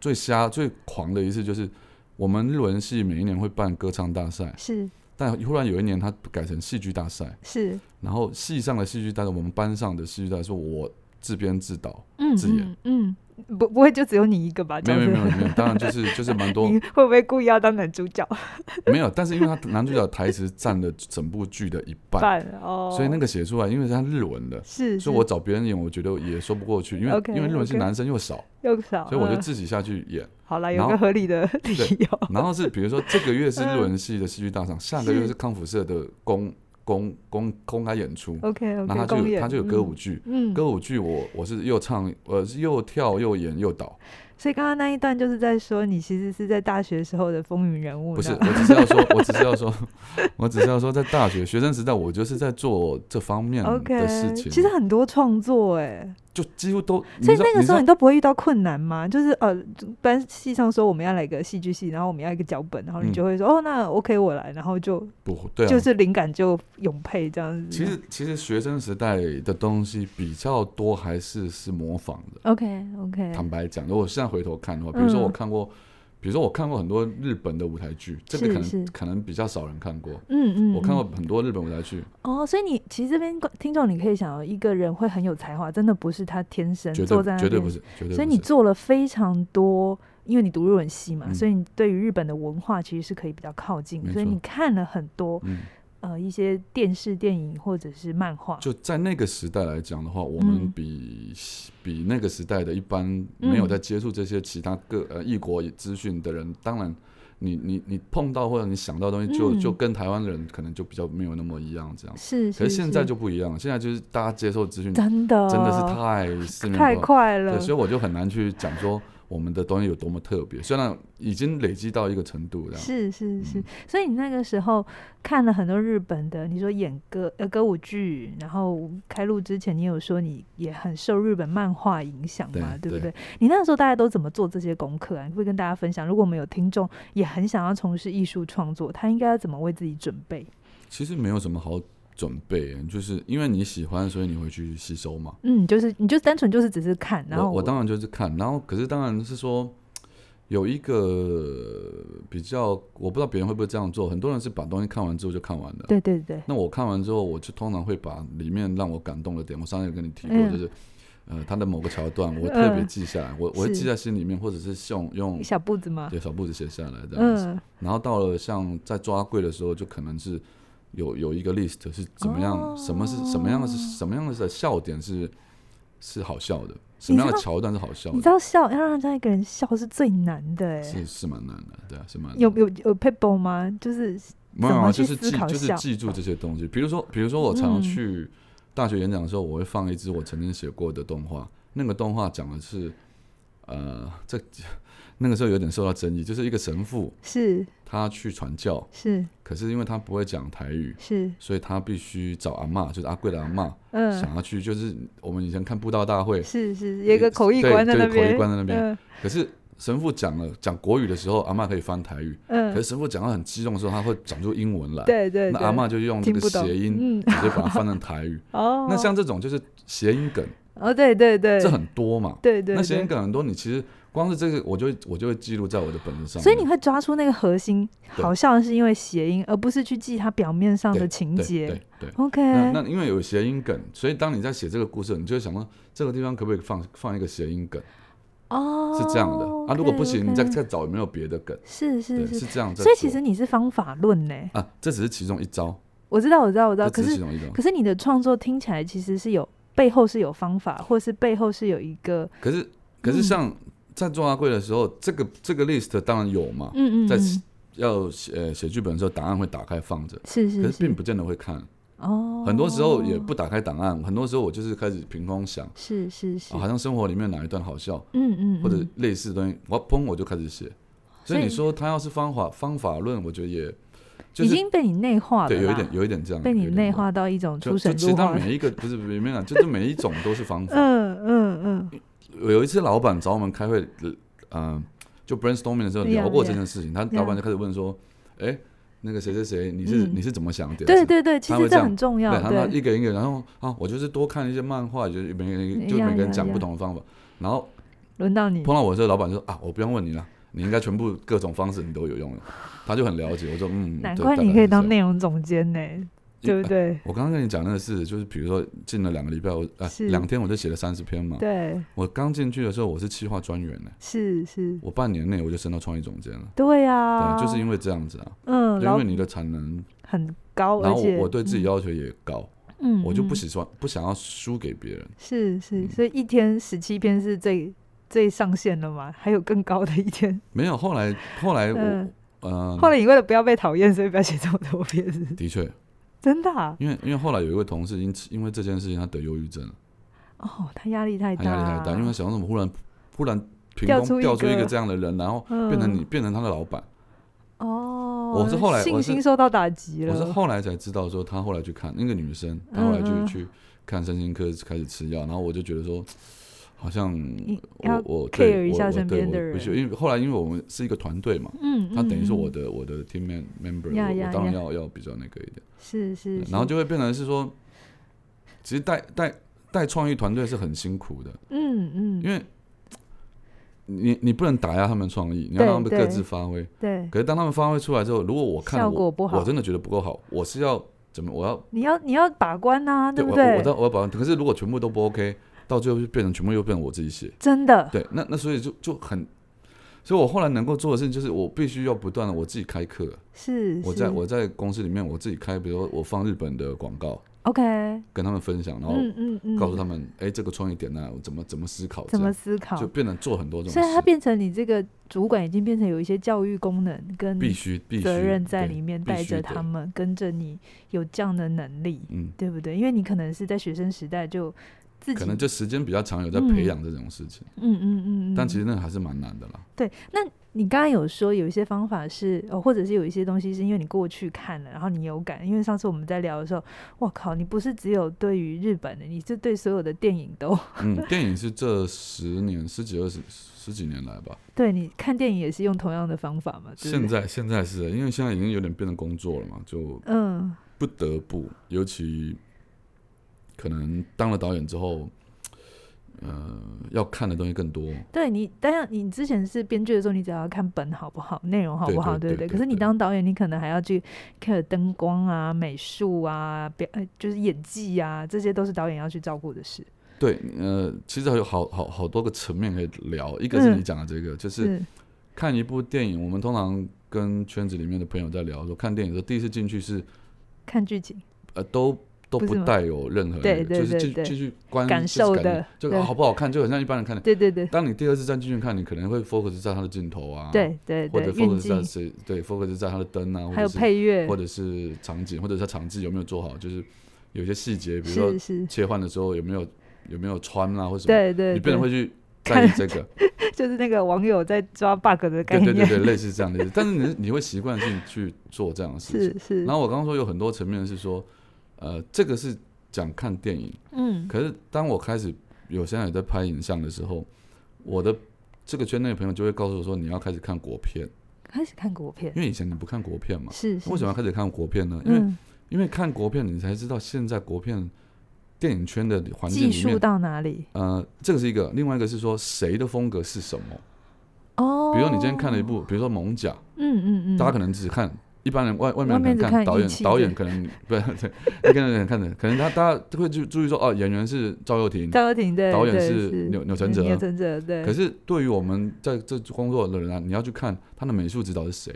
[SPEAKER 2] 最瞎、最狂的一次就是，我们日文系每一年会办歌唱大赛，
[SPEAKER 1] 是
[SPEAKER 2] 但忽然有一年它改成戏剧大赛。
[SPEAKER 1] 是，
[SPEAKER 2] 然后系上的戏剧大赛，我们班上的戏剧大赛是我自编自导，
[SPEAKER 1] 嗯
[SPEAKER 2] 自演
[SPEAKER 1] 嗯，嗯不不会就只有你一个吧？
[SPEAKER 2] 没有没有没有
[SPEAKER 1] 有，
[SPEAKER 2] 没有，当然就是 就是蛮多
[SPEAKER 1] 你会不会故意要当男主角
[SPEAKER 2] 没有，但是因为他男主角台词占了整部剧的一半，
[SPEAKER 1] 扮哦？
[SPEAKER 2] 所以那个写出来，因为是他日文的。
[SPEAKER 1] 是，
[SPEAKER 2] 所以我找别人演，我觉得也说不过去，因为
[SPEAKER 1] OK，
[SPEAKER 2] 因为日文系
[SPEAKER 1] OK
[SPEAKER 2] 男生又少，
[SPEAKER 1] 又少，
[SPEAKER 2] 所以我就
[SPEAKER 1] 嗯
[SPEAKER 2] 自己下去演。
[SPEAKER 1] 好了，有
[SPEAKER 2] 然
[SPEAKER 1] 个
[SPEAKER 2] 后
[SPEAKER 1] 合理的理由，
[SPEAKER 2] 然后是比如说这个月是日
[SPEAKER 1] 嗯
[SPEAKER 2] 文系的戏剧大赏，下个月
[SPEAKER 1] 是
[SPEAKER 2] 是康复社的公公公公开演出，
[SPEAKER 1] OK
[SPEAKER 2] 然后
[SPEAKER 1] OK，哦
[SPEAKER 2] 他就
[SPEAKER 1] 公
[SPEAKER 2] 有
[SPEAKER 1] 演
[SPEAKER 2] 他就有歌舞，剧。
[SPEAKER 1] 嗯，嗯
[SPEAKER 2] 歌舞剧我我是又唱我是又跳又演又导，
[SPEAKER 1] 所以刚刚那一段就是在说你其实是在大学时候的风云人物，
[SPEAKER 2] 不是，我只是要说， 我只是要说，我只是要说，在大学学生时代，我就是在做这方面
[SPEAKER 1] OK，
[SPEAKER 2] 嗯的事情，
[SPEAKER 1] 其实很多创作哎，
[SPEAKER 2] 就几乎都。你
[SPEAKER 1] 所以
[SPEAKER 2] 知道
[SPEAKER 1] 那个时候
[SPEAKER 2] 你
[SPEAKER 1] 你
[SPEAKER 2] 知道
[SPEAKER 1] 都不会遇到困难吗？就是呃，班系上说我们要来个戏剧系，然后我们要一个脚本，然后你
[SPEAKER 2] 嗯
[SPEAKER 1] 就会说、哦，那 OK 我来，然后就
[SPEAKER 2] 不对啊，
[SPEAKER 1] 就是灵感就涌配这样子。
[SPEAKER 2] 其实其实学生时代的东西比较多，还是是模仿的。
[SPEAKER 1] OK OK，
[SPEAKER 2] 坦白讲，如果现在回头看的话，比如
[SPEAKER 1] 嗯
[SPEAKER 2] 说我看过，比如说我看过很多日本的舞台剧，这个
[SPEAKER 1] 是
[SPEAKER 2] 可
[SPEAKER 1] 是
[SPEAKER 2] 能可能比较少人看过。
[SPEAKER 1] 嗯嗯，
[SPEAKER 2] 我看过
[SPEAKER 1] 嗯
[SPEAKER 2] 很多日本舞台剧，
[SPEAKER 1] 哦，所以你其实这边观听众你可以想，哦，一个人会很有才华，真的不是他天生
[SPEAKER 2] 绝
[SPEAKER 1] 坐在
[SPEAKER 2] 对
[SPEAKER 1] 那
[SPEAKER 2] 绝对不
[SPEAKER 1] 边
[SPEAKER 2] 是，绝对不是。
[SPEAKER 1] 所以你做了非常多，因为你读日文系嘛，
[SPEAKER 2] 嗯
[SPEAKER 1] 所以你对于日本的文化其实是可以比较靠近的，
[SPEAKER 2] 没
[SPEAKER 1] 所以
[SPEAKER 2] 错
[SPEAKER 1] 你看了很多
[SPEAKER 2] 嗯，
[SPEAKER 1] 呃一些电视、电影或者是漫画。
[SPEAKER 2] 就在那个时代来讲的话，我
[SPEAKER 1] 嗯
[SPEAKER 2] 们比、比那个时代的一般没有在接触这些其他各呃异国资讯的人，当然你你你碰到或者你想到的东西就，就
[SPEAKER 1] 嗯
[SPEAKER 2] 跟台湾人可能就比较没有那么一样这样。
[SPEAKER 1] 是，
[SPEAKER 2] 可
[SPEAKER 1] 是
[SPEAKER 2] 是现在就不一样了，现在就是大家接受资讯真
[SPEAKER 1] 真的哦
[SPEAKER 2] 的是太四面
[SPEAKER 1] 太
[SPEAKER 2] 八
[SPEAKER 1] 快了
[SPEAKER 2] 对，，所以我就很难去讲说我们的东西有多么特别，虽然已经累积到一个程度这样。
[SPEAKER 1] 是是是
[SPEAKER 2] 嗯，
[SPEAKER 1] 所以你那个时候看了很多日本的，你说演歌呃歌舞剧，然后开录之前，你有说你也很受日本漫画影响嘛，
[SPEAKER 2] 对
[SPEAKER 1] 对不
[SPEAKER 2] 对
[SPEAKER 1] 对？你那个时候大家都怎么做这些功课啊？你会跟大家分享，如果我们有听众也很想要从事艺术创作，他应该要怎么为自己准备？
[SPEAKER 2] 其实没有什么好准备，就是因为你喜欢，所以你会去吸收嘛。
[SPEAKER 1] 嗯，就是你就单纯就是只是看，然后
[SPEAKER 2] 我我当然就是看，然后可是当然是说有一个比较，我不知道别人会不会这样做，很多人是把东西看完之后就看完了。
[SPEAKER 1] 对对对，
[SPEAKER 2] 那我看完之后，我就通常会把里面让我感动的点，我上次有跟你提过，
[SPEAKER 1] 嗯
[SPEAKER 2] 就是呃他的某个桥段，我特别
[SPEAKER 1] 嗯
[SPEAKER 2] 记下来，我我会
[SPEAKER 1] 是
[SPEAKER 2] 记在心里面，或者是用用
[SPEAKER 1] 小步子嘛，
[SPEAKER 2] 对小步子写下来这样子。
[SPEAKER 1] 嗯，
[SPEAKER 2] 然后到了像在抓柜的时候，就可能是有有一个 list 是怎么样，
[SPEAKER 1] 哦
[SPEAKER 2] 什么是什么样的是什么样的笑点是是好笑的，什么样的桥段是好笑
[SPEAKER 1] 你知
[SPEAKER 2] 的，
[SPEAKER 1] 道笑要让人家一个人笑是最难的、欸，
[SPEAKER 2] 是是蛮难的，对啊，是蛮难的
[SPEAKER 1] 有有有 people 吗？就是
[SPEAKER 2] 没有
[SPEAKER 1] 怎么
[SPEAKER 2] 啊，
[SPEAKER 1] 去
[SPEAKER 2] 就是
[SPEAKER 1] 思
[SPEAKER 2] 记
[SPEAKER 1] 考
[SPEAKER 2] 就是
[SPEAKER 1] 笑
[SPEAKER 2] 记住这些东西，比如说比如说我常
[SPEAKER 1] 嗯
[SPEAKER 2] 去大学演讲的时候，我会放一支我曾经写过的动画，那个动画讲的是呃这 那个时候有点受到争议，就是一个神父
[SPEAKER 1] 是
[SPEAKER 2] 他去传教，
[SPEAKER 1] 是
[SPEAKER 2] 可是因为他不会讲台语，
[SPEAKER 1] 是，
[SPEAKER 2] 所以他必须找阿嬷，就是阿贵的阿嬷，
[SPEAKER 1] 嗯，
[SPEAKER 2] 想要去，就是我们以前看布道大会，
[SPEAKER 1] 是是，有一个口译官在
[SPEAKER 2] 对
[SPEAKER 1] 那
[SPEAKER 2] 对口译
[SPEAKER 1] 边，
[SPEAKER 2] 官在那边
[SPEAKER 1] 嗯
[SPEAKER 2] 可是神父讲了讲国语的时候，阿嬷可以翻台语，可
[SPEAKER 1] 嗯，
[SPEAKER 2] 是神父讲到很激动的时候，他会讲出英文来，
[SPEAKER 1] 对对
[SPEAKER 2] 那
[SPEAKER 1] 对，
[SPEAKER 2] 阿嬷就用这
[SPEAKER 1] 听
[SPEAKER 2] 个
[SPEAKER 1] 不懂，
[SPEAKER 2] 谐音，
[SPEAKER 1] 嗯，
[SPEAKER 2] 直接把它翻成台语。
[SPEAKER 1] 哦，
[SPEAKER 2] 那像这种就是谐音梗，
[SPEAKER 1] 哦，对对对，
[SPEAKER 2] 这很多嘛。
[SPEAKER 1] 对对，
[SPEAKER 2] 那谐音
[SPEAKER 1] 对
[SPEAKER 2] 梗很多，你其实光是这个，我就会我就会记录在我的本子上面。
[SPEAKER 1] 所以你会抓住那个核心，
[SPEAKER 2] 对
[SPEAKER 1] 好像是因为谐音，而不是去记它表面上的
[SPEAKER 2] 对
[SPEAKER 1] 情
[SPEAKER 2] 对
[SPEAKER 1] 节
[SPEAKER 2] 对。对。
[SPEAKER 1] OK，
[SPEAKER 2] 那那因为有谐音梗，所以当你在写这个故事，你就会想到这个地方可不可以放放一个谐音梗？
[SPEAKER 1] 哦，
[SPEAKER 2] 是这样的啊。如果不行，你再
[SPEAKER 1] OK，
[SPEAKER 2] 再找有没有别的梗？
[SPEAKER 1] 是
[SPEAKER 2] 对，
[SPEAKER 1] 是是，
[SPEAKER 2] 是这样在做。
[SPEAKER 1] 所以其实你是方法论呢，
[SPEAKER 2] 啊，这只是其中一招，
[SPEAKER 1] 我知道我知道我知道，可
[SPEAKER 2] 这只
[SPEAKER 1] 是
[SPEAKER 2] 是其中一招。
[SPEAKER 1] 可是你的创作听起来其实是有背后是有方法，或是背后是有一个
[SPEAKER 2] 可是可
[SPEAKER 1] 嗯
[SPEAKER 2] 是像在做阿贵的时候，这个这个 list 当然有嘛，
[SPEAKER 1] 嗯嗯，
[SPEAKER 2] 在
[SPEAKER 1] 嗯
[SPEAKER 2] 写要写呃写剧本的时候，档案会打开放着，
[SPEAKER 1] 是
[SPEAKER 2] 可
[SPEAKER 1] 是
[SPEAKER 2] 是并不见得会看。
[SPEAKER 1] 哦，
[SPEAKER 2] 很多时候也不打开档案，很多时候我就是开始凭空想，啊
[SPEAKER 1] 是是是，
[SPEAKER 2] 好像生活里面哪一段好笑
[SPEAKER 1] 嗯嗯，
[SPEAKER 2] 或者
[SPEAKER 1] 嗯
[SPEAKER 2] 类似的东西，我砰我就开始写。所
[SPEAKER 1] 所
[SPEAKER 2] 以
[SPEAKER 1] 以
[SPEAKER 2] 你说他要是方法方法论，我觉得也就
[SPEAKER 1] 已
[SPEAKER 2] 是
[SPEAKER 1] 经被你内化了啦，
[SPEAKER 2] 对有一点有一点这样
[SPEAKER 1] 被
[SPEAKER 2] 有
[SPEAKER 1] 你
[SPEAKER 2] 一点
[SPEAKER 1] 内
[SPEAKER 2] 这样
[SPEAKER 1] 化到一种
[SPEAKER 2] 就
[SPEAKER 1] 出
[SPEAKER 2] 就
[SPEAKER 1] 神
[SPEAKER 2] 其
[SPEAKER 1] 入
[SPEAKER 2] 实它
[SPEAKER 1] 化的，
[SPEAKER 2] 每一个不是没有，就是每一种都是方 法。
[SPEAKER 1] 嗯嗯嗯，
[SPEAKER 2] 有有一次老板找我们开会，嗯、呃就 brainstorming 的时候
[SPEAKER 1] 一样
[SPEAKER 2] 聊过
[SPEAKER 1] 一
[SPEAKER 2] 这
[SPEAKER 1] 样
[SPEAKER 2] 件事情，他
[SPEAKER 1] 一
[SPEAKER 2] 老板
[SPEAKER 1] 样
[SPEAKER 2] 就开始问说：“哎、那个谁谁谁，你是、
[SPEAKER 1] 嗯
[SPEAKER 2] 你是怎么想的？”
[SPEAKER 1] 对对对，其
[SPEAKER 2] 他
[SPEAKER 1] 实
[SPEAKER 2] 会这样
[SPEAKER 1] 很重
[SPEAKER 2] 对，
[SPEAKER 1] 要，
[SPEAKER 2] 然后
[SPEAKER 1] 对
[SPEAKER 2] 一个一个，然后啊，我就是多看一些漫画，就是每个人
[SPEAKER 1] 一
[SPEAKER 2] 就
[SPEAKER 1] 样
[SPEAKER 2] 每个
[SPEAKER 1] 一
[SPEAKER 2] 人
[SPEAKER 1] 样
[SPEAKER 2] 讲
[SPEAKER 1] 一
[SPEAKER 2] 不
[SPEAKER 1] 样
[SPEAKER 2] 同的方法。然后
[SPEAKER 1] 轮到你
[SPEAKER 2] 碰，到我的时候，老板就说：“啊，我不用问你了，你应该全部各种方式你都有用了。”他就很了解，我说：“嗯，
[SPEAKER 1] 难
[SPEAKER 2] 对
[SPEAKER 1] 怪
[SPEAKER 2] 大
[SPEAKER 1] 你
[SPEAKER 2] 概
[SPEAKER 1] 可以
[SPEAKER 2] 是这
[SPEAKER 1] 当
[SPEAKER 2] 样嗯
[SPEAKER 1] 内容总监呢，对不对？
[SPEAKER 2] 我刚刚跟你讲那个事，就是比如说进了两个礼拜，我啊
[SPEAKER 1] 是
[SPEAKER 2] 两天我就写了三十篇嘛。
[SPEAKER 1] 对，
[SPEAKER 2] 我刚进去的时候，我是企划专员呢、
[SPEAKER 1] 是是，
[SPEAKER 2] 我半年内我就升到创意总监了。
[SPEAKER 1] 对啊，
[SPEAKER 2] 对，就是因为这样子啊，
[SPEAKER 1] 嗯，
[SPEAKER 2] 对，
[SPEAKER 1] 然
[SPEAKER 2] 因
[SPEAKER 1] 后
[SPEAKER 2] 为你的产能，
[SPEAKER 1] 很高，
[SPEAKER 2] 然
[SPEAKER 1] 而
[SPEAKER 2] 后
[SPEAKER 1] 且
[SPEAKER 2] 我我对自己
[SPEAKER 1] 嗯
[SPEAKER 2] 要求也高，
[SPEAKER 1] 嗯，
[SPEAKER 2] 我就不
[SPEAKER 1] 嗯
[SPEAKER 2] 喜欢不想要输给别人。
[SPEAKER 1] 是是，
[SPEAKER 2] 嗯
[SPEAKER 1] 所以一天十七篇是最最上限了嘛？还有更高的一天。
[SPEAKER 2] 没有，后来后来我
[SPEAKER 1] 嗯，
[SPEAKER 2] 呃，
[SPEAKER 1] 后来你为了不要被讨厌，所以不要写这么多篇，是不是
[SPEAKER 2] 的确，
[SPEAKER 1] 真的啊、
[SPEAKER 2] 因为因为后来有一位同事因因为这件事情他得忧郁症了，
[SPEAKER 1] 哦，他压力太
[SPEAKER 2] 嗯他
[SPEAKER 1] 大，
[SPEAKER 2] 压力太大，因为想怎么忽然忽然凭
[SPEAKER 1] 调
[SPEAKER 2] 空
[SPEAKER 1] 啊出一
[SPEAKER 2] 调出一个
[SPEAKER 1] 个
[SPEAKER 2] 这样的人，然后
[SPEAKER 1] 嗯
[SPEAKER 2] 变成你变成他的老板。
[SPEAKER 1] 哦，
[SPEAKER 2] 我是后来我
[SPEAKER 1] 信
[SPEAKER 2] 是
[SPEAKER 1] 心受到打击了。
[SPEAKER 2] 我是后来才知道说他后来去看那个女生，她后来就
[SPEAKER 1] 嗯嗯
[SPEAKER 2] 去看身心科开始吃药，然后我就觉得说。好像
[SPEAKER 1] 要
[SPEAKER 2] 我我
[SPEAKER 1] care
[SPEAKER 2] 对
[SPEAKER 1] 一
[SPEAKER 2] 我
[SPEAKER 1] 下
[SPEAKER 2] 我
[SPEAKER 1] 身
[SPEAKER 2] 对
[SPEAKER 1] 边
[SPEAKER 2] 我
[SPEAKER 1] 的
[SPEAKER 2] 不
[SPEAKER 1] 人
[SPEAKER 2] 是因为后来因为我们是一个团队嘛，
[SPEAKER 1] 嗯，嗯，
[SPEAKER 2] 他等于是
[SPEAKER 1] 嗯
[SPEAKER 2] 我，的我的 team man- member，
[SPEAKER 1] 呀
[SPEAKER 2] 我
[SPEAKER 1] 呀
[SPEAKER 2] 我当然
[SPEAKER 1] 呀
[SPEAKER 2] 要要比较那个一点，
[SPEAKER 1] 是是，
[SPEAKER 2] 然后
[SPEAKER 1] 是
[SPEAKER 2] 就会变成是说，其实带带带创意团队是很辛苦的，
[SPEAKER 1] 嗯嗯，
[SPEAKER 2] 因为你你不能打压他们创意，你要
[SPEAKER 1] 对
[SPEAKER 2] 让他们各
[SPEAKER 1] 对
[SPEAKER 2] 自发挥。
[SPEAKER 1] 对，
[SPEAKER 2] 可是当他们发挥出来之后，如果我看了
[SPEAKER 1] 效
[SPEAKER 2] 我
[SPEAKER 1] 果不好
[SPEAKER 2] 我真的觉得不够好，我是要怎么我要
[SPEAKER 1] 你要你要把关呐、对不
[SPEAKER 2] 我我
[SPEAKER 1] 对
[SPEAKER 2] 我？要我要保证。可是如果全部都不 OK，到最后就变成全部又变成我自己写，
[SPEAKER 1] 真的，
[SPEAKER 2] 对，那那所以就就很。所以我后来能够做的事情就是，我必须要不断的我自己开课，
[SPEAKER 1] 是
[SPEAKER 2] 我
[SPEAKER 1] 是
[SPEAKER 2] 在我在公司里面，我自己开，比如说我放日本的广告，
[SPEAKER 1] OK，嗯
[SPEAKER 2] 跟他们分享，然后
[SPEAKER 1] 嗯嗯，
[SPEAKER 2] 告诉他们，哎、这个创意点呢、我怎么怎么思考，
[SPEAKER 1] 怎
[SPEAKER 2] 这
[SPEAKER 1] 么
[SPEAKER 2] 样
[SPEAKER 1] 思考
[SPEAKER 2] 就，变成做很多这
[SPEAKER 1] 所
[SPEAKER 2] 种
[SPEAKER 1] 以它
[SPEAKER 2] 事，
[SPEAKER 1] 变成你这个主管已经变成有一些教育功能跟
[SPEAKER 2] 必须必须
[SPEAKER 1] 责任在
[SPEAKER 2] 对
[SPEAKER 1] 里面，
[SPEAKER 2] 必
[SPEAKER 1] 带
[SPEAKER 2] 须
[SPEAKER 1] 着
[SPEAKER 2] 的
[SPEAKER 1] 他们，跟着你有这样的能力，
[SPEAKER 2] 嗯，
[SPEAKER 1] 对不对？因为你可能是在学生时代就自己
[SPEAKER 2] 可能就时间比较长，有在培养这种事情，
[SPEAKER 1] 嗯嗯嗯嗯，
[SPEAKER 2] 但
[SPEAKER 1] 嗯
[SPEAKER 2] 其实那个还是蛮难的啦。
[SPEAKER 1] 对，那你刚刚有说有一些方法是，呃，或者是有一些东西是因为你过去看了，然后你有感。因为上次我们在聊的时候，我靠，你不是只有对于日本的，你是对所有的电影都，
[SPEAKER 2] 嗯，电影是这十年、十几、二十、十几年来吧。
[SPEAKER 1] 对你看电影也是用同样的方法嘛？对不
[SPEAKER 2] 现
[SPEAKER 1] 对，
[SPEAKER 2] 在现在是因为现在已经有点变成工作了嘛，就
[SPEAKER 1] 嗯
[SPEAKER 2] 不得不，尤其可能当了导演之后，呃，要看的东西更多。
[SPEAKER 1] 对你，当然你之前是编剧的时候，你只要看本好不好，内容好
[SPEAKER 2] 对
[SPEAKER 1] 不
[SPEAKER 2] 对
[SPEAKER 1] 好，对不
[SPEAKER 2] 对
[SPEAKER 1] 对？
[SPEAKER 2] 对
[SPEAKER 1] 可是你
[SPEAKER 2] 对
[SPEAKER 1] 当导演，你可能还要去 care 灯光啊、美术啊、表，呃就是演技啊，这些都是导演要去照顾的事。
[SPEAKER 2] 对，呃，其实还有好好好多个层面可以聊。一个是
[SPEAKER 1] 嗯
[SPEAKER 2] 你讲的这个，就是看一部电影，我们通常跟圈子里面的朋友在聊说，看电影的时候第一次进去是
[SPEAKER 1] 看剧情，
[SPEAKER 2] 呃都都
[SPEAKER 1] 不是
[SPEAKER 2] 不
[SPEAKER 1] 吗
[SPEAKER 2] 带有任何
[SPEAKER 1] 对
[SPEAKER 2] 那个
[SPEAKER 1] 对
[SPEAKER 2] 就是
[SPEAKER 1] 对
[SPEAKER 2] 进
[SPEAKER 1] 对
[SPEAKER 2] 进去观
[SPEAKER 1] 感
[SPEAKER 2] 就是
[SPEAKER 1] 受
[SPEAKER 2] 感
[SPEAKER 1] 的
[SPEAKER 2] 就
[SPEAKER 1] 对
[SPEAKER 2] 好不好看，就很像一般人看的。
[SPEAKER 1] 对对对
[SPEAKER 2] 当你第二次站进去看，你可能会 focus 在它的镜头啊，，
[SPEAKER 1] 对对
[SPEAKER 2] 或
[SPEAKER 1] 对，
[SPEAKER 2] 者
[SPEAKER 1] 运
[SPEAKER 2] focus
[SPEAKER 1] 镜
[SPEAKER 2] 在谁对 focus 在它的灯啊，或
[SPEAKER 1] 还有
[SPEAKER 2] 者是
[SPEAKER 1] 配乐
[SPEAKER 2] 或，者是场景，或者是它场记有没有做好，就是有些细节，比
[SPEAKER 1] 是
[SPEAKER 2] 如说
[SPEAKER 1] 是，
[SPEAKER 2] 切换的时候有没有有没有穿啊，或什么，
[SPEAKER 1] 对对，
[SPEAKER 2] 你变
[SPEAKER 1] 对
[SPEAKER 2] 得会去在意
[SPEAKER 1] 看
[SPEAKER 2] 这个，
[SPEAKER 1] 就是那个网友在抓 bug 的 概
[SPEAKER 2] 对对
[SPEAKER 1] 念，
[SPEAKER 2] 对对，类似这样的。但是你你会习惯性去做这样的事
[SPEAKER 1] 是
[SPEAKER 2] 情。
[SPEAKER 1] 是，
[SPEAKER 2] 然后我刚刚说有很多层面是说，呃，这个是讲看电影，
[SPEAKER 1] 嗯
[SPEAKER 2] 可是当我开始有现在也在拍影像的时候，我的这个圈内的朋友就会告诉我说，你要开始看国片，
[SPEAKER 1] 开始看国片，
[SPEAKER 2] 因为以前你不看国片嘛。
[SPEAKER 1] 是
[SPEAKER 2] 为什么要？开始看国片呢？
[SPEAKER 1] 是
[SPEAKER 2] 因为、
[SPEAKER 1] 嗯，
[SPEAKER 2] 因为看国片，你才知道现在国片电影圈的环境
[SPEAKER 1] 技
[SPEAKER 2] 里
[SPEAKER 1] 术
[SPEAKER 2] 面，
[SPEAKER 1] 到哪里？
[SPEAKER 2] 呃，这个是一个，另外一个是说谁的风格是什么。
[SPEAKER 1] 哦，
[SPEAKER 2] 比如你今天看了一，部，比如说《猛甲》，
[SPEAKER 1] 嗯嗯嗯，
[SPEAKER 2] 大家可能只看一般人外外面
[SPEAKER 1] 外面
[SPEAKER 2] 人
[SPEAKER 1] 只
[SPEAKER 2] 可能
[SPEAKER 1] 看
[SPEAKER 2] 看导
[SPEAKER 1] 义
[SPEAKER 2] 演
[SPEAKER 1] 气，
[SPEAKER 2] 导
[SPEAKER 1] 的
[SPEAKER 2] 演可能不 对，一个人看的，可能他大家会注注意说哦，演员是赵又廷，
[SPEAKER 1] 赵又廷对，
[SPEAKER 2] 嗯导演
[SPEAKER 1] 对
[SPEAKER 2] 是
[SPEAKER 1] 是
[SPEAKER 2] 钮钮承
[SPEAKER 1] 嗯
[SPEAKER 2] 泽啊
[SPEAKER 1] 钮承泽对，
[SPEAKER 2] 可是对于我们在这工作的人啊，你要去看他的美术指导是谁，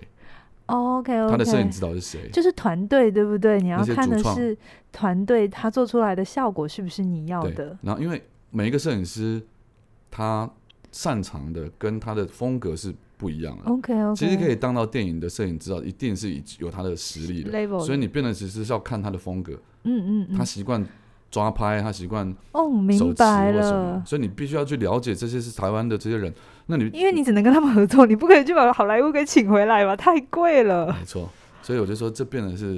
[SPEAKER 1] OK OK，
[SPEAKER 2] 他的摄影指导是谁，
[SPEAKER 1] 就是团队对不对？你要
[SPEAKER 2] 那些
[SPEAKER 1] 看
[SPEAKER 2] 主
[SPEAKER 1] 的
[SPEAKER 2] 创
[SPEAKER 1] 是团队他做出来的效果是不是你要
[SPEAKER 2] 对
[SPEAKER 1] 的，？
[SPEAKER 2] 然后因为每一个摄影师他擅长的跟他的风格是不一样的。
[SPEAKER 1] OK 哦 OK，
[SPEAKER 2] 其实可以当到电影的摄影指导，一定是已有他的实力的，
[SPEAKER 1] level，
[SPEAKER 2] 所以你变得其实是要看他的风格，
[SPEAKER 1] 嗯嗯
[SPEAKER 2] 他
[SPEAKER 1] 嗯，
[SPEAKER 2] 习惯抓拍，他习惯
[SPEAKER 1] 哦，
[SPEAKER 2] 手
[SPEAKER 1] 明
[SPEAKER 2] 持
[SPEAKER 1] 白
[SPEAKER 2] 或什
[SPEAKER 1] 了
[SPEAKER 2] 么，。所以你必须要去了解这些是台湾的这些人。那你
[SPEAKER 1] 因为你只能跟他们合作，你不可以去把好莱坞给请回来吧，太贵了。
[SPEAKER 2] 没错，所以我就说这变得是，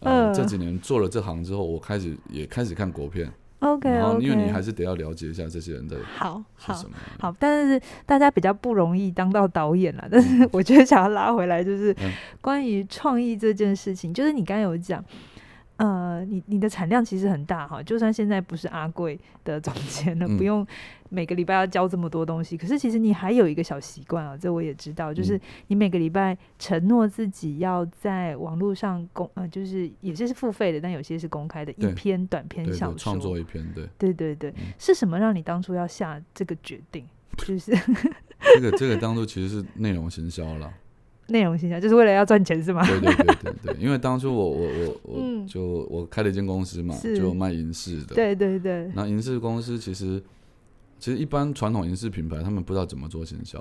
[SPEAKER 2] 呃，
[SPEAKER 1] 嗯
[SPEAKER 2] 这几年做了这行之后，我开始也开始看国片
[SPEAKER 1] OK
[SPEAKER 2] 然
[SPEAKER 1] OK，
[SPEAKER 2] 后因为你还是得要了解一下这些人在
[SPEAKER 1] 好
[SPEAKER 2] 是
[SPEAKER 1] 好
[SPEAKER 2] 什么。
[SPEAKER 1] 好，但是大家比较不容易当到导演啦。但是 我觉得想要拉回来，就是
[SPEAKER 2] 嗯
[SPEAKER 1] 关于创意这件事情，就是你刚刚有讲。呃，你你的产量其实很大哈，就算现在不是阿贵的总监了，
[SPEAKER 2] 嗯
[SPEAKER 1] 不用每个礼拜要交这么多东西，可是其实你还有一个小习惯啊，这我也知道，就是
[SPEAKER 2] 嗯
[SPEAKER 1] 你每个礼拜承诺自己要在网络上公，呃，就是有些是付费的，但有些是公开的一
[SPEAKER 2] 对
[SPEAKER 1] 篇短篇
[SPEAKER 2] 对
[SPEAKER 1] 小
[SPEAKER 2] 对，
[SPEAKER 1] 说，
[SPEAKER 2] 创作一篇对
[SPEAKER 1] 对对对，
[SPEAKER 2] 嗯
[SPEAKER 1] 是什么让你当初要下这个决定？ 就是
[SPEAKER 2] 这个这个当初其实是内容行销了，
[SPEAKER 1] 内容形象，就是为了要赚钱是吗？
[SPEAKER 2] 对对对对对，因为当初我我我我
[SPEAKER 1] 嗯
[SPEAKER 2] 就我开了一间公司嘛，
[SPEAKER 1] 是
[SPEAKER 2] 就卖银饰的，
[SPEAKER 1] 对对对，
[SPEAKER 2] 那银饰公司其实其实一般传统银饰品牌他们不知道怎么做行销，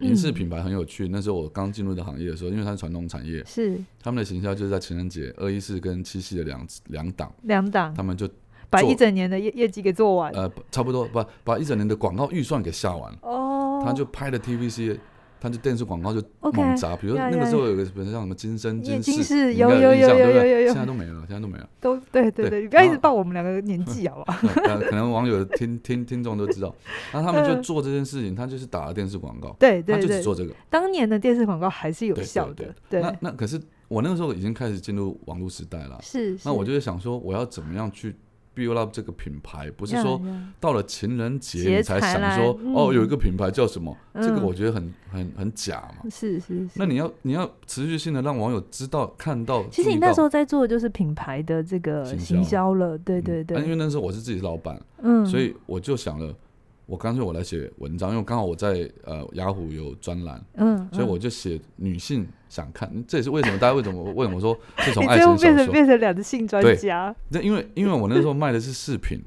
[SPEAKER 2] 银饰
[SPEAKER 1] 嗯
[SPEAKER 2] 品牌很有趣，那时候我刚进入的行业的时候，因为它是传统产业，
[SPEAKER 1] 是
[SPEAKER 2] 他们的行销就是在情人节二一四跟七夕的两两档，
[SPEAKER 1] 两档
[SPEAKER 2] 他们就
[SPEAKER 1] 把
[SPEAKER 2] 做
[SPEAKER 1] 一整年的业业绩给做完。
[SPEAKER 2] 呃不差不多把把一整年的广告预算给下完，
[SPEAKER 1] 哦，
[SPEAKER 2] 他就拍了 TVC，他就电视广告就
[SPEAKER 1] OK，
[SPEAKER 2] 猛砸，比如
[SPEAKER 1] 呀
[SPEAKER 2] 那个
[SPEAKER 1] 呀
[SPEAKER 2] 时候有个什么像什么金生
[SPEAKER 1] 也
[SPEAKER 2] 金
[SPEAKER 1] 金饰
[SPEAKER 2] 饰，你应
[SPEAKER 1] 有
[SPEAKER 2] 该
[SPEAKER 1] 有
[SPEAKER 2] 印
[SPEAKER 1] 有
[SPEAKER 2] 象
[SPEAKER 1] 有
[SPEAKER 2] 对不对
[SPEAKER 1] 有有有
[SPEAKER 2] 现在都没了，现在都没了，
[SPEAKER 1] 都对对
[SPEAKER 2] 对
[SPEAKER 1] 对，你不要一
[SPEAKER 2] 然
[SPEAKER 1] 直
[SPEAKER 2] 后
[SPEAKER 1] 报我们两个年纪好不 好？
[SPEAKER 2] 呃可能网友 听听听众都知道，那他们就
[SPEAKER 1] 嗯
[SPEAKER 2] 做这件事情，他就是打了电视广告，
[SPEAKER 1] 对
[SPEAKER 2] 他
[SPEAKER 1] 对
[SPEAKER 2] 就只
[SPEAKER 1] 对，
[SPEAKER 2] 做这个，
[SPEAKER 1] 当年的电视广告还是有
[SPEAKER 2] 对对
[SPEAKER 1] 效
[SPEAKER 2] 对
[SPEAKER 1] 的，对，
[SPEAKER 2] 那那可是我那个时候已经开始进入网络时代了，
[SPEAKER 1] 是。
[SPEAKER 2] 那我
[SPEAKER 1] 是
[SPEAKER 2] 就在想说，我要怎么样去 build up 这个品牌？不是
[SPEAKER 1] 呀
[SPEAKER 2] 说
[SPEAKER 1] 呀
[SPEAKER 2] 到了情人
[SPEAKER 1] 节
[SPEAKER 2] 节你才
[SPEAKER 1] 才
[SPEAKER 2] 想
[SPEAKER 1] 来
[SPEAKER 2] 说，哦，
[SPEAKER 1] 嗯
[SPEAKER 2] 有一个品牌叫什么？这个
[SPEAKER 1] 嗯
[SPEAKER 2] 我觉得很很很假嘛。
[SPEAKER 1] 是是是。
[SPEAKER 2] 那你要你要持续性的让网友知道、看到。
[SPEAKER 1] 其实
[SPEAKER 2] 注意
[SPEAKER 1] 你那
[SPEAKER 2] 到
[SPEAKER 1] 时候在做的就是品牌的这个
[SPEAKER 2] 行
[SPEAKER 1] 行
[SPEAKER 2] 销
[SPEAKER 1] 销了，对
[SPEAKER 2] 嗯
[SPEAKER 1] 对
[SPEAKER 2] 啊因为
[SPEAKER 1] 对，
[SPEAKER 2] 那时候我是自己老板，
[SPEAKER 1] 嗯，
[SPEAKER 2] 所以我就想了，我干脆我来写文章，因为刚好我在呃雅虎有专栏，
[SPEAKER 1] 嗯，
[SPEAKER 2] 所以
[SPEAKER 1] 嗯
[SPEAKER 2] 我就写女性想看，这也是为什么大家为什么为什么说是从
[SPEAKER 1] 你
[SPEAKER 2] 爱
[SPEAKER 1] 最后
[SPEAKER 2] 情
[SPEAKER 1] 变
[SPEAKER 2] 小
[SPEAKER 1] 成
[SPEAKER 2] 说？
[SPEAKER 1] 变成两个性专
[SPEAKER 2] 对
[SPEAKER 1] 家，
[SPEAKER 2] 那因为因为我那时候卖的是饰品，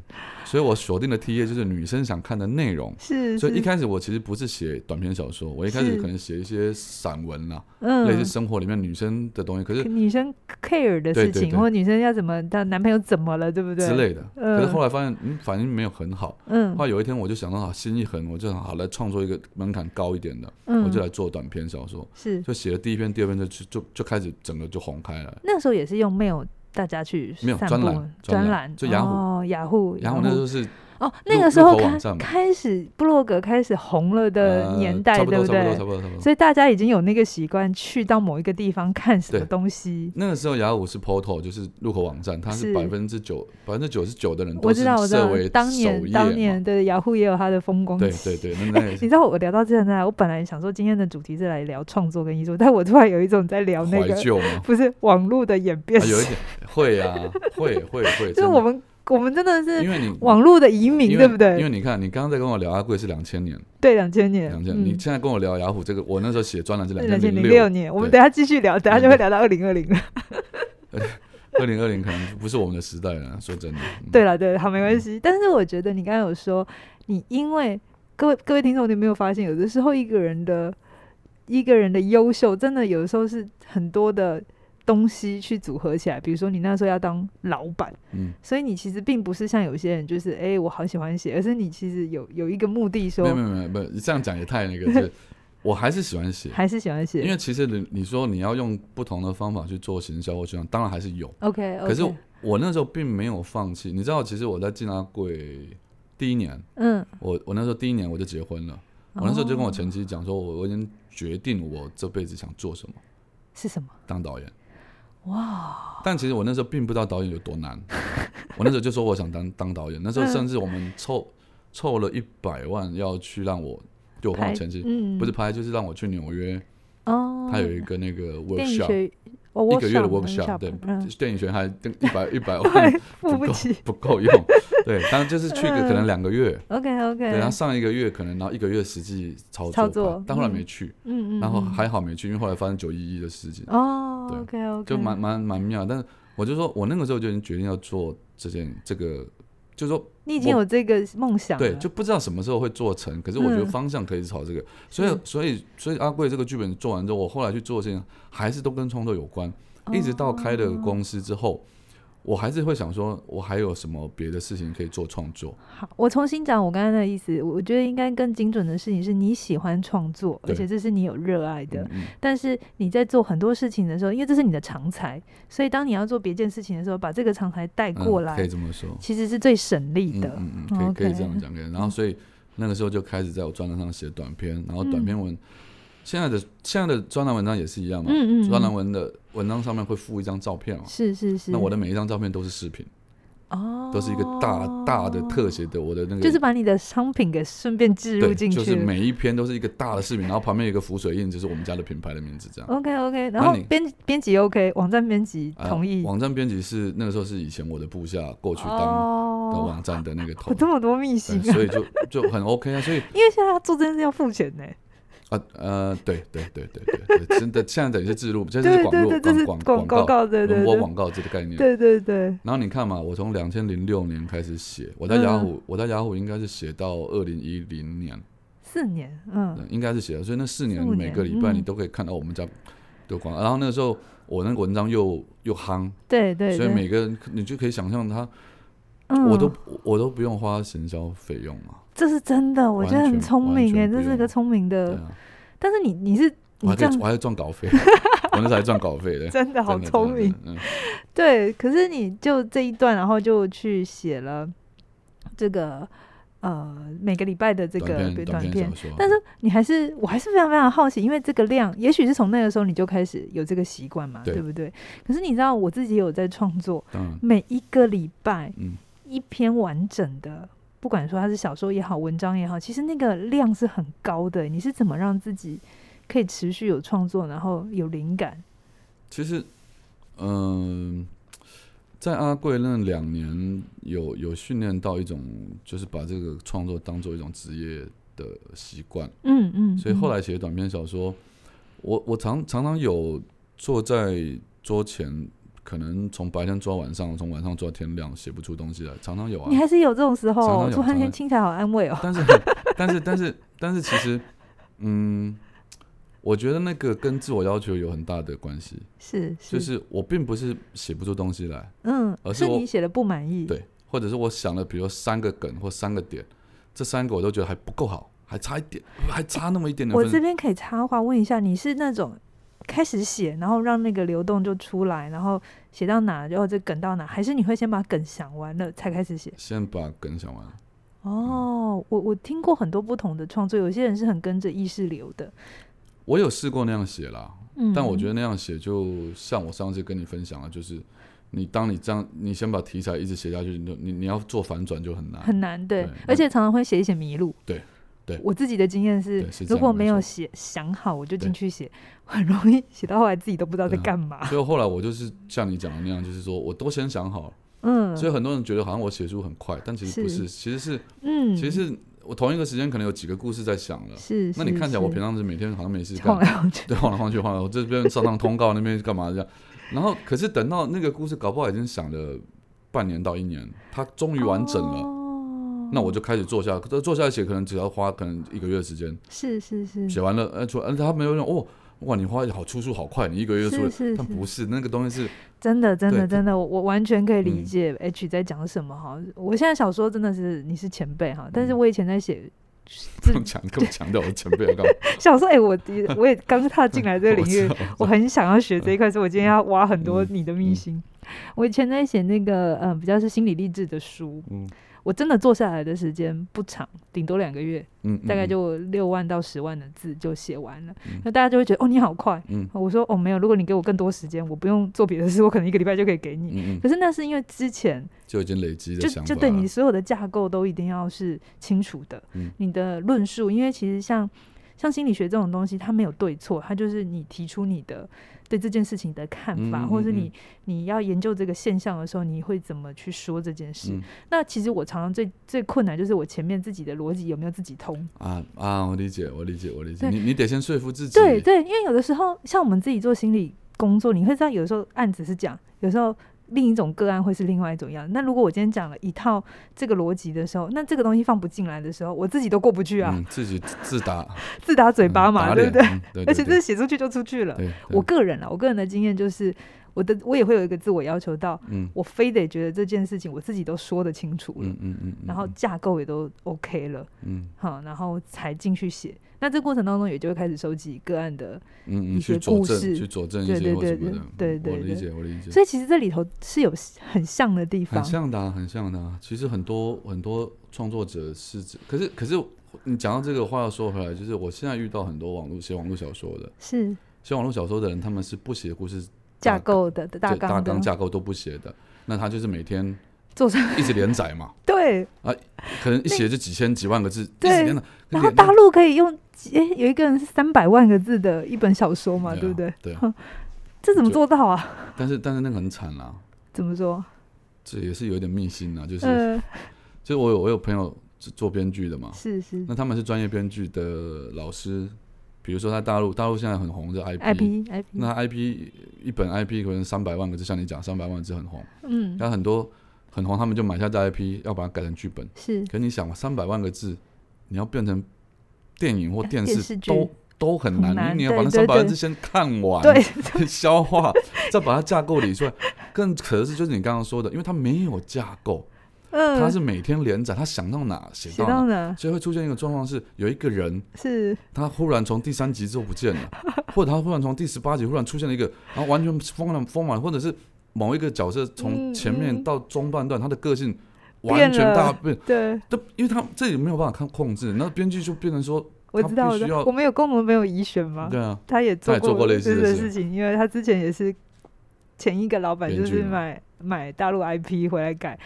[SPEAKER 2] 所以我锁定的 TA 就是女生想看的内容。
[SPEAKER 1] 是，
[SPEAKER 2] 所以一
[SPEAKER 1] 是
[SPEAKER 2] 开始我其实不是写短篇小说，我一开
[SPEAKER 1] 嗯
[SPEAKER 2] 始
[SPEAKER 1] 是
[SPEAKER 2] 可能写一些散文啦、
[SPEAKER 1] 嗯
[SPEAKER 2] 类似生活里面女生的东西，可是
[SPEAKER 1] 女生 care 的
[SPEAKER 2] 对
[SPEAKER 1] 事
[SPEAKER 2] 对
[SPEAKER 1] 情，
[SPEAKER 2] 对
[SPEAKER 1] 或女生要怎么，她男朋友怎么了，对不对？
[SPEAKER 2] 之类的。
[SPEAKER 1] 嗯
[SPEAKER 2] 可是后来发现，嗯，反应没有很好。
[SPEAKER 1] 嗯
[SPEAKER 2] 后来有一天我就想到，啊，心一横，我就想好来创作一个门槛高一点的，
[SPEAKER 1] 嗯，
[SPEAKER 2] 我就来做短篇小说，
[SPEAKER 1] 是
[SPEAKER 2] 就写了第一篇、第二篇就就就就开始整个就红开来。
[SPEAKER 1] 那时候也是用 mail 大家去
[SPEAKER 2] 没有
[SPEAKER 1] 散
[SPEAKER 2] 专
[SPEAKER 1] 步
[SPEAKER 2] 栏专
[SPEAKER 1] 专
[SPEAKER 2] 栏
[SPEAKER 1] 栏，
[SPEAKER 2] 就雅虎
[SPEAKER 1] 哦，雅虎
[SPEAKER 2] 然后那时候是
[SPEAKER 1] 哦，那
[SPEAKER 2] 入
[SPEAKER 1] 个时候
[SPEAKER 2] 入口
[SPEAKER 1] 开
[SPEAKER 2] 网站嘛
[SPEAKER 1] 开始布洛格开始红了的
[SPEAKER 2] 呃
[SPEAKER 1] 年代，
[SPEAKER 2] 差不
[SPEAKER 1] 对
[SPEAKER 2] 多
[SPEAKER 1] 不
[SPEAKER 2] 差不多
[SPEAKER 1] 对
[SPEAKER 2] 差？不多差不多。
[SPEAKER 1] 所以大家已经有那个习惯，去到某一个地方看什么
[SPEAKER 2] 对
[SPEAKER 1] 东西。
[SPEAKER 2] 那个时候雅虎是 Portal，就是入口网站，它
[SPEAKER 1] 是
[SPEAKER 2] 是百分之九百分之九十九的人
[SPEAKER 1] 我
[SPEAKER 2] 都
[SPEAKER 1] 知
[SPEAKER 2] 是
[SPEAKER 1] 道，我知道
[SPEAKER 2] 设为，
[SPEAKER 1] 当
[SPEAKER 2] 首
[SPEAKER 1] 年
[SPEAKER 2] 页
[SPEAKER 1] 当
[SPEAKER 2] 嘛
[SPEAKER 1] 年的雅虎也有它的风光
[SPEAKER 2] 对
[SPEAKER 1] 期
[SPEAKER 2] 对对，那那也
[SPEAKER 1] 你
[SPEAKER 2] 是
[SPEAKER 1] 知道我聊到现在，我本来想说今天的主题是来聊创作跟艺术，但我突然有一种在聊那
[SPEAKER 2] 怀
[SPEAKER 1] 个
[SPEAKER 2] 旧 嘛，
[SPEAKER 1] 不是网络的演变
[SPEAKER 2] 啊，有一
[SPEAKER 1] 史，
[SPEAKER 2] 点会啊，会会会，
[SPEAKER 1] 就是
[SPEAKER 2] 真
[SPEAKER 1] 我
[SPEAKER 2] 的
[SPEAKER 1] 们我们真的是
[SPEAKER 2] 因为你
[SPEAKER 1] 网络的移民，
[SPEAKER 2] 因
[SPEAKER 1] 对
[SPEAKER 2] 为
[SPEAKER 1] 不
[SPEAKER 2] 因
[SPEAKER 1] 对？
[SPEAKER 2] 为你看，你刚刚在跟我聊阿贵是两千年，
[SPEAKER 1] 对，两千年，
[SPEAKER 2] 两千、你
[SPEAKER 1] 嗯，
[SPEAKER 2] 现在跟我聊雅虎这个，我那时候写专栏是
[SPEAKER 1] 两
[SPEAKER 2] 两
[SPEAKER 1] 千
[SPEAKER 2] 千
[SPEAKER 1] 零
[SPEAKER 2] 六
[SPEAKER 1] 六，年，我们
[SPEAKER 2] 对嗯
[SPEAKER 1] 等一下继续聊，等一下就会聊到二零二零了。
[SPEAKER 2] 二零二零可能不是我们的时代了。说真的，嗯
[SPEAKER 1] 对了，对了，好，没关系。但是我觉得你刚刚有说，你因为各位各位听众，你有没有发现，有的时候一个人的一个人的优秀，真的有的时候是很多的东西去组合起来。比如说，你那时候要当老板，
[SPEAKER 2] 嗯，
[SPEAKER 1] 所以你其实并不是像有些人就是哎、诶我好喜欢写，而是你其实有有一个目的
[SPEAKER 2] 没有
[SPEAKER 1] 说
[SPEAKER 2] 没有没有，没有这样讲也太那个， 就是我还是喜欢写，
[SPEAKER 1] 还是喜欢写，
[SPEAKER 2] 因为其实你你说你要用不同的方法去做行销或这样，当然还是有，
[SPEAKER 1] OK，, o k
[SPEAKER 2] 可是我那时候并没有放弃。你知道，其实我在进阿贵第一年，
[SPEAKER 1] 嗯，
[SPEAKER 2] 我我那时候第一年我就结婚了，我那时候就跟
[SPEAKER 1] 哦
[SPEAKER 2] 我前妻讲说，我我已经决定我这辈子想做什么，
[SPEAKER 1] 是什么？
[SPEAKER 2] 当导演。
[SPEAKER 1] 哇，
[SPEAKER 2] 但其实我那时候并不知道导演有多难，我那时候就说我想当当导演。那时
[SPEAKER 1] 嗯
[SPEAKER 2] 候甚至我们凑凑了一百万要去让我，就我跟
[SPEAKER 1] 拍
[SPEAKER 2] 我前妻、
[SPEAKER 1] 嗯，
[SPEAKER 2] 不是拍，就是让我去纽约，
[SPEAKER 1] 哦，
[SPEAKER 2] 他有一个那个
[SPEAKER 1] 电影
[SPEAKER 2] workshop，
[SPEAKER 1] 学哦
[SPEAKER 2] 一个月的
[SPEAKER 1] workshop，
[SPEAKER 2] workshop，对
[SPEAKER 1] 嗯，
[SPEAKER 2] 电影学还一百 一百万
[SPEAKER 1] 对，付
[SPEAKER 2] 不
[SPEAKER 1] 不
[SPEAKER 2] 够
[SPEAKER 1] 起。嗯
[SPEAKER 2] 不够用，对，当然就是去个可能两个月，
[SPEAKER 1] OK
[SPEAKER 2] 对，
[SPEAKER 1] OK，
[SPEAKER 2] 然后上一个月可能然后一个月实际操
[SPEAKER 1] 操
[SPEAKER 2] 作吧，
[SPEAKER 1] 作
[SPEAKER 2] 但后来
[SPEAKER 1] 嗯
[SPEAKER 2] 没去，
[SPEAKER 1] 嗯嗯，
[SPEAKER 2] 然后
[SPEAKER 1] 嗯
[SPEAKER 2] 还好没去，因为后来发生九一一的事情，
[SPEAKER 1] 哦
[SPEAKER 2] 对
[SPEAKER 1] ，OK OK，
[SPEAKER 2] 就蛮蛮蛮妙。但是我就说我那个时候就已经决定要做这件这个，就是说
[SPEAKER 1] 你已经
[SPEAKER 2] 我
[SPEAKER 1] 有这个梦想了，
[SPEAKER 2] 对，就不知道什么时候会做成，可是我觉得
[SPEAKER 1] 嗯
[SPEAKER 2] 方向可以朝这个。所以所以所以阿贵这个剧本做完之后，我后来去做的事情还是都跟创作有关，一直到开了
[SPEAKER 1] 哦
[SPEAKER 2] 公司之后。我还是会想说，我还有什么别的事情可以做创作？
[SPEAKER 1] 好，我重新讲我刚刚的意思，我我觉得应该更精准的事情是你喜欢创作，而
[SPEAKER 2] 对
[SPEAKER 1] 且这是你有热爱的
[SPEAKER 2] 嗯。嗯，
[SPEAKER 1] 但是你在做很多事情的时候，因为这是你的常才，所以当你要做别件事情的时候，把这个常才带
[SPEAKER 2] 嗯
[SPEAKER 1] 过来，
[SPEAKER 2] 可以这么说。
[SPEAKER 1] 其实是最省力的。哦
[SPEAKER 2] 嗯嗯嗯，可以可以这
[SPEAKER 1] OK
[SPEAKER 2] 样讲，可以。然后所以那个时候就开始在我专栏上写短篇，然后短
[SPEAKER 1] 嗯
[SPEAKER 2] 篇文、现在的现在的专栏文章也是一样嘛，
[SPEAKER 1] 嗯嗯嗯
[SPEAKER 2] 专栏文的文章上面会附一张照片嘛。
[SPEAKER 1] 是是是。
[SPEAKER 2] 那我的每一张照片都是视频，
[SPEAKER 1] 哦，
[SPEAKER 2] 都是一个大大的特写的，我的那个
[SPEAKER 1] 就是把你的商品给顺便置入
[SPEAKER 2] 对，
[SPEAKER 1] 进去。
[SPEAKER 2] 就是每一篇都是一个大的视频，然后旁边有一个浮水印，就是我们家的品牌的名字这样。
[SPEAKER 1] OK OK，然
[SPEAKER 2] 啊那
[SPEAKER 1] 后
[SPEAKER 2] 你
[SPEAKER 1] 编编辑 OK，网站编辑
[SPEAKER 2] 啊
[SPEAKER 1] 同意。
[SPEAKER 2] 网站编辑是那个时候是以前我的部下过去当的
[SPEAKER 1] 哦，
[SPEAKER 2] 网站的那个头
[SPEAKER 1] 我，这么多秘
[SPEAKER 2] 对
[SPEAKER 1] 辛啊！
[SPEAKER 2] 所以就就很 OK 啊，所以
[SPEAKER 1] 因为现在要做这件事要付钱呢。
[SPEAKER 2] 啊呃，对对对对对对，真的现在等于是植入，这就是
[SPEAKER 1] 对
[SPEAKER 2] 广
[SPEAKER 1] 对
[SPEAKER 2] 入
[SPEAKER 1] 对，这是
[SPEAKER 2] 广
[SPEAKER 1] 广
[SPEAKER 2] 广告
[SPEAKER 1] 告，对对
[SPEAKER 2] 轮播
[SPEAKER 1] 对，
[SPEAKER 2] 广告这个概念。
[SPEAKER 1] 对对对，
[SPEAKER 2] 然后你看嘛，我从两千零六年开始写，我在雅
[SPEAKER 1] 嗯
[SPEAKER 2] 虎，我在雅虎应该是写到二零一零年，
[SPEAKER 1] 四年，嗯，
[SPEAKER 2] 嗯应该是写的，所以那四
[SPEAKER 1] 四
[SPEAKER 2] 年
[SPEAKER 1] 五
[SPEAKER 2] 每个
[SPEAKER 1] 年
[SPEAKER 2] 礼拜你
[SPEAKER 1] 嗯
[SPEAKER 2] 都可以看到我们家的广告。然后那时候我那个文章又又夯，
[SPEAKER 1] 对对，
[SPEAKER 2] 所以
[SPEAKER 1] 对
[SPEAKER 2] 每个人你就可以想象他，
[SPEAKER 1] 嗯
[SPEAKER 2] 我都我都不用花行销费用嘛，
[SPEAKER 1] 这是真的，我觉得
[SPEAKER 2] 完
[SPEAKER 1] 很
[SPEAKER 2] 全
[SPEAKER 1] 聪
[SPEAKER 2] 完
[SPEAKER 1] 明哎，
[SPEAKER 2] 全不
[SPEAKER 1] 这是
[SPEAKER 2] 用
[SPEAKER 1] 个聪明
[SPEAKER 2] 对
[SPEAKER 1] 的。
[SPEAKER 2] 啊，
[SPEAKER 1] 但是你你是
[SPEAKER 2] 我
[SPEAKER 1] 你
[SPEAKER 2] 还
[SPEAKER 1] 这
[SPEAKER 2] 可以
[SPEAKER 1] 样
[SPEAKER 2] 我还可以赚稿 费，我那时候还赚稿费的，
[SPEAKER 1] 真的好
[SPEAKER 2] 真的
[SPEAKER 1] 聪，
[SPEAKER 2] 真
[SPEAKER 1] 明
[SPEAKER 2] 的，真的嗯。
[SPEAKER 1] 对。可是你就这一段，然后就去写了这个呃每个礼拜的这个
[SPEAKER 2] 短篇
[SPEAKER 1] 短
[SPEAKER 2] 短
[SPEAKER 1] 片
[SPEAKER 2] 小，说，
[SPEAKER 1] 但是你还是，我还是非常非常好奇，因为这个量，也许是从那个时候你就开始有这个习惯嘛，
[SPEAKER 2] 对
[SPEAKER 1] 对不对？可是你知道，我自己有在创作，
[SPEAKER 2] 当然，
[SPEAKER 1] 每一个礼拜
[SPEAKER 2] 嗯，
[SPEAKER 1] 一篇完整的，不管说它是小说也好，文章也好，其实那个量是很高的。你是怎么让自己可以持续有创作，然后有灵感？
[SPEAKER 2] 其实，嗯、在阿贵那两年有有训练到一种，就是把这个创作当做一种职业的习惯，
[SPEAKER 1] 嗯嗯，
[SPEAKER 2] 所以后
[SPEAKER 1] 来
[SPEAKER 2] 来写短篇小说，我我常常常有坐在桌前，可能从白天做到晚上，从晚上做到天亮，写不出东西来，常常有啊
[SPEAKER 1] 你。还是有这种时
[SPEAKER 2] 常
[SPEAKER 1] 候，哦
[SPEAKER 2] 常有
[SPEAKER 1] 突然
[SPEAKER 2] 常
[SPEAKER 1] 间
[SPEAKER 2] 常
[SPEAKER 1] 听起来好安慰哦。
[SPEAKER 2] 但是很 但是但是但是其实，嗯，我觉得那个跟自我要求有很大的关系，
[SPEAKER 1] 是，
[SPEAKER 2] 就是我并不是写不出东西来，
[SPEAKER 1] 嗯，
[SPEAKER 2] 而
[SPEAKER 1] 是
[SPEAKER 2] 是我
[SPEAKER 1] 你写的不满意，
[SPEAKER 2] 对，或者是我想了，比如说三个梗或三个点，这三个我都觉得还不够好，还差一点，还差那么一点点
[SPEAKER 1] 我
[SPEAKER 2] 分
[SPEAKER 1] 这边可以插话问一下，你是那种开始写，然后让那个流动就出来，然后写到哪就哦这梗到哪，还是你会先把梗想完了才开始写？
[SPEAKER 2] 先把梗想完，
[SPEAKER 1] 哦，我我听过很多不同的创作，有些人是很跟着意识流的，
[SPEAKER 2] 我有试过那样写啦，
[SPEAKER 1] 嗯，
[SPEAKER 2] 但我觉
[SPEAKER 1] 得
[SPEAKER 2] 得那样写就像我上次跟你分享了，就是你当你这样，你先把题材一直写下去，你就你你要做反转就很难。
[SPEAKER 1] 很难，对
[SPEAKER 2] 对，
[SPEAKER 1] 而且常常会写一写迷路，
[SPEAKER 2] 对对
[SPEAKER 1] 我自己的经验是
[SPEAKER 2] 对是，这
[SPEAKER 1] 如
[SPEAKER 2] 样
[SPEAKER 1] 果
[SPEAKER 2] 没
[SPEAKER 1] 没有
[SPEAKER 2] 错
[SPEAKER 1] 写想好，我就进
[SPEAKER 2] 对
[SPEAKER 1] 去写，很容易写到后来自己都不知道在
[SPEAKER 2] 对啊
[SPEAKER 1] 干嘛，
[SPEAKER 2] 所以后来我就是像你讲的那样，就是说我都先想好，
[SPEAKER 1] 嗯，
[SPEAKER 2] 所以很多人觉得好像我写书很快，但其实不
[SPEAKER 1] 是
[SPEAKER 2] 是，其实是
[SPEAKER 1] 嗯，
[SPEAKER 2] 其实是我同一个时间可能有几个故事在想了。
[SPEAKER 1] 是，
[SPEAKER 2] 那你
[SPEAKER 1] 是
[SPEAKER 2] 看起来我平
[SPEAKER 1] 是
[SPEAKER 2] 常是每天好像没事
[SPEAKER 1] 晃
[SPEAKER 2] 干，
[SPEAKER 1] 来晃去，
[SPEAKER 2] 对，晃来晃去，晃来，我这边上上通告，那边干嘛这样？然后可是等到那个故事搞不好已经想了半年到一年，它 终于完整了。
[SPEAKER 1] 哦
[SPEAKER 2] 那我就开始坐下，这坐下来写可能只要花可能一个月的时间，
[SPEAKER 1] 是是是，
[SPEAKER 2] 写完了，呃，出，呃，他没有人哦，哇，你花好出书好快，你一个月出
[SPEAKER 1] 是是
[SPEAKER 2] 来，但
[SPEAKER 1] 是
[SPEAKER 2] 不是那个东西是，
[SPEAKER 1] 真的真的
[SPEAKER 2] 对
[SPEAKER 1] 真的，我我完全可以理
[SPEAKER 2] 嗯
[SPEAKER 1] 解 H 在讲什么哈。我现在小说真的是你是前辈哈，
[SPEAKER 2] 嗯
[SPEAKER 1] 但是我以前在写。自
[SPEAKER 2] 这么强，更强调我的前辈要干嘛？
[SPEAKER 1] 小说，哎、我也我也刚踏进来这个领域
[SPEAKER 2] 知道，
[SPEAKER 1] 我很想要学这一块，所以我今天要挖很多
[SPEAKER 2] 嗯
[SPEAKER 1] 你的秘
[SPEAKER 2] 嗯
[SPEAKER 1] 辛。我以前在写那个，嗯、比较是心理励志的书，
[SPEAKER 2] 嗯
[SPEAKER 1] 我真的坐下来的时间不长，顶多两个月，
[SPEAKER 2] 嗯，
[SPEAKER 1] 大概
[SPEAKER 2] 嗯
[SPEAKER 1] 就六万到十万的字就写完了。
[SPEAKER 2] 嗯
[SPEAKER 1] 那大家就会觉得，哦，你好快。
[SPEAKER 2] 嗯
[SPEAKER 1] 我说，哦，没有，如果你给我更多时间，我不用做别的事，我可能一个礼拜就可以给你。
[SPEAKER 2] 嗯嗯，
[SPEAKER 1] 可是那是因为之前
[SPEAKER 2] 就已经累积
[SPEAKER 1] 就
[SPEAKER 2] 的想法
[SPEAKER 1] 就
[SPEAKER 2] 了，
[SPEAKER 1] 对你所有的架构都一定要是清楚的，
[SPEAKER 2] 嗯
[SPEAKER 1] 你的论述，因为其实像像心理学这种东西，它没有对错，它就是你提出你的对这件事情的看法，
[SPEAKER 2] 嗯嗯
[SPEAKER 1] 或者是
[SPEAKER 2] 嗯
[SPEAKER 1] 你你要研究这个现象的时候，你会怎么去说这件事。
[SPEAKER 2] 嗯
[SPEAKER 1] 那其实我常常最最困难就是我前面自己的逻辑有没有自己通。
[SPEAKER 2] 啊啊，我理解，我理解，我理解，
[SPEAKER 1] 对
[SPEAKER 2] 你你得先说服自己，
[SPEAKER 1] 对对，因为有的时候像我们自己做心理工作，你会知道有的时候案子是这样，有时候另一种个案会是另外一种样。那如果我今天讲了一套这个逻辑的时候，那这个东西放不进来的时候，我自己都过不去啊，
[SPEAKER 2] 嗯，自己自打
[SPEAKER 1] 自打 嘴巴嘛，对不对？
[SPEAKER 2] 对？嗯对，
[SPEAKER 1] 而且这
[SPEAKER 2] 对
[SPEAKER 1] 写出去就出去了。
[SPEAKER 2] 对，
[SPEAKER 1] 我
[SPEAKER 2] 对
[SPEAKER 1] 个人啊，我个人的经验就是，我的我也会有一个自我要求到，
[SPEAKER 2] 嗯
[SPEAKER 1] 我非得觉得这件事情我自己都说得清楚了，
[SPEAKER 2] 嗯嗯嗯，
[SPEAKER 1] 然后
[SPEAKER 2] 嗯
[SPEAKER 1] 架构也都 OK 了，
[SPEAKER 2] 嗯
[SPEAKER 1] 好，然后才进去写。那这过程当中，也就会开始收集个案的
[SPEAKER 2] 嗯
[SPEAKER 1] 一
[SPEAKER 2] 嗯，去
[SPEAKER 1] 些
[SPEAKER 2] 佐
[SPEAKER 1] 故
[SPEAKER 2] 证
[SPEAKER 1] 事
[SPEAKER 2] 去佐证一
[SPEAKER 1] 对对
[SPEAKER 2] 些或
[SPEAKER 1] 对
[SPEAKER 2] 什么
[SPEAKER 1] 对对
[SPEAKER 2] 的，嗯
[SPEAKER 1] 对
[SPEAKER 2] 我理
[SPEAKER 1] 对
[SPEAKER 2] 解，我理解。
[SPEAKER 1] 所以其实这里头是有很像的地方
[SPEAKER 2] 很，像的啊、很像的、啊。其实很多很多创作者是指，可是可是你讲到这个话要说回来，就是我现在遇到很多网络写网络小说的，
[SPEAKER 1] 是
[SPEAKER 2] 写网络小说的人，他们是不写故事
[SPEAKER 1] 架
[SPEAKER 2] 大
[SPEAKER 1] 构的大
[SPEAKER 2] 这
[SPEAKER 1] 纲
[SPEAKER 2] 大
[SPEAKER 1] 的
[SPEAKER 2] 纲架构都不写的，那他就是每天
[SPEAKER 1] 做成
[SPEAKER 2] 一直连载嘛，
[SPEAKER 1] 对，
[SPEAKER 2] 可能一写就几千几万个字，一
[SPEAKER 1] 对
[SPEAKER 2] 直连载。
[SPEAKER 1] 然后大陆可以用诶、有一个人是三百万个字的一本小说嘛，对
[SPEAKER 2] 对
[SPEAKER 1] 不对
[SPEAKER 2] 啊？对啊，
[SPEAKER 1] 这怎么做到啊？
[SPEAKER 2] 但是但是那个很惨啦、
[SPEAKER 1] 怎么说？
[SPEAKER 2] 这也是有点命心啊，就是、
[SPEAKER 1] 呃，
[SPEAKER 2] 就是我有我有朋友是做编剧的嘛，
[SPEAKER 1] 是是
[SPEAKER 2] 那他们是专业编剧的老师，比如说在大陆，大陆现在很红的
[SPEAKER 1] ，IP IP，
[SPEAKER 2] 那 IP 一本 IP 可能三百万个字，像你讲三百万个字很红，
[SPEAKER 1] 嗯，
[SPEAKER 2] 但很多很红，他们就买下这 IP，要把它改成剧本。
[SPEAKER 1] 是
[SPEAKER 2] 可你想嘛，三百万个字，你要变成电影或
[SPEAKER 1] 呃
[SPEAKER 2] 电
[SPEAKER 1] 电
[SPEAKER 2] 视
[SPEAKER 1] 视剧
[SPEAKER 2] 都都很
[SPEAKER 1] 很
[SPEAKER 2] 难，
[SPEAKER 1] 难
[SPEAKER 2] 你你要把
[SPEAKER 1] 对
[SPEAKER 2] 那
[SPEAKER 1] 对
[SPEAKER 2] 三百万
[SPEAKER 1] 对
[SPEAKER 2] 字先看完，
[SPEAKER 1] 对，
[SPEAKER 2] 消化，再把它架构理出来。更可的是，就是你刚刚说的，因为它没有架构，
[SPEAKER 1] 嗯，
[SPEAKER 2] 它是每天连载，它想到哪写
[SPEAKER 1] 写
[SPEAKER 2] 到
[SPEAKER 1] 到
[SPEAKER 2] 哪，
[SPEAKER 1] 哪？
[SPEAKER 2] 所以会出现一个状况是，有一个人
[SPEAKER 1] 是
[SPEAKER 2] 他忽然从第三集之后不 见了，或者他忽然从第十八集忽然出现了一个，然后完全疯了疯完，或者是某一个角色
[SPEAKER 1] 嗯
[SPEAKER 2] 从前
[SPEAKER 1] 嗯
[SPEAKER 2] 面到中半段，他的个性
[SPEAKER 1] 变
[SPEAKER 2] 完全大
[SPEAKER 1] 了
[SPEAKER 2] 变。
[SPEAKER 1] 对，
[SPEAKER 2] 这因为他这里没有办法看控制，那编剧就变成说，
[SPEAKER 1] 我
[SPEAKER 2] 他
[SPEAKER 1] 知道
[SPEAKER 2] 必须
[SPEAKER 1] 的
[SPEAKER 2] 要。
[SPEAKER 1] 我们有跟我们朋友乙选吗？
[SPEAKER 2] 对啊，
[SPEAKER 1] 他也做
[SPEAKER 2] 他也做过类似
[SPEAKER 1] 似
[SPEAKER 2] 的
[SPEAKER 1] 的
[SPEAKER 2] 事
[SPEAKER 1] 事情，因为他之前也是前一个老板
[SPEAKER 2] 编
[SPEAKER 1] 就
[SPEAKER 2] 剧
[SPEAKER 1] 是
[SPEAKER 2] 嘛
[SPEAKER 1] 买买大陆 IP 回来改。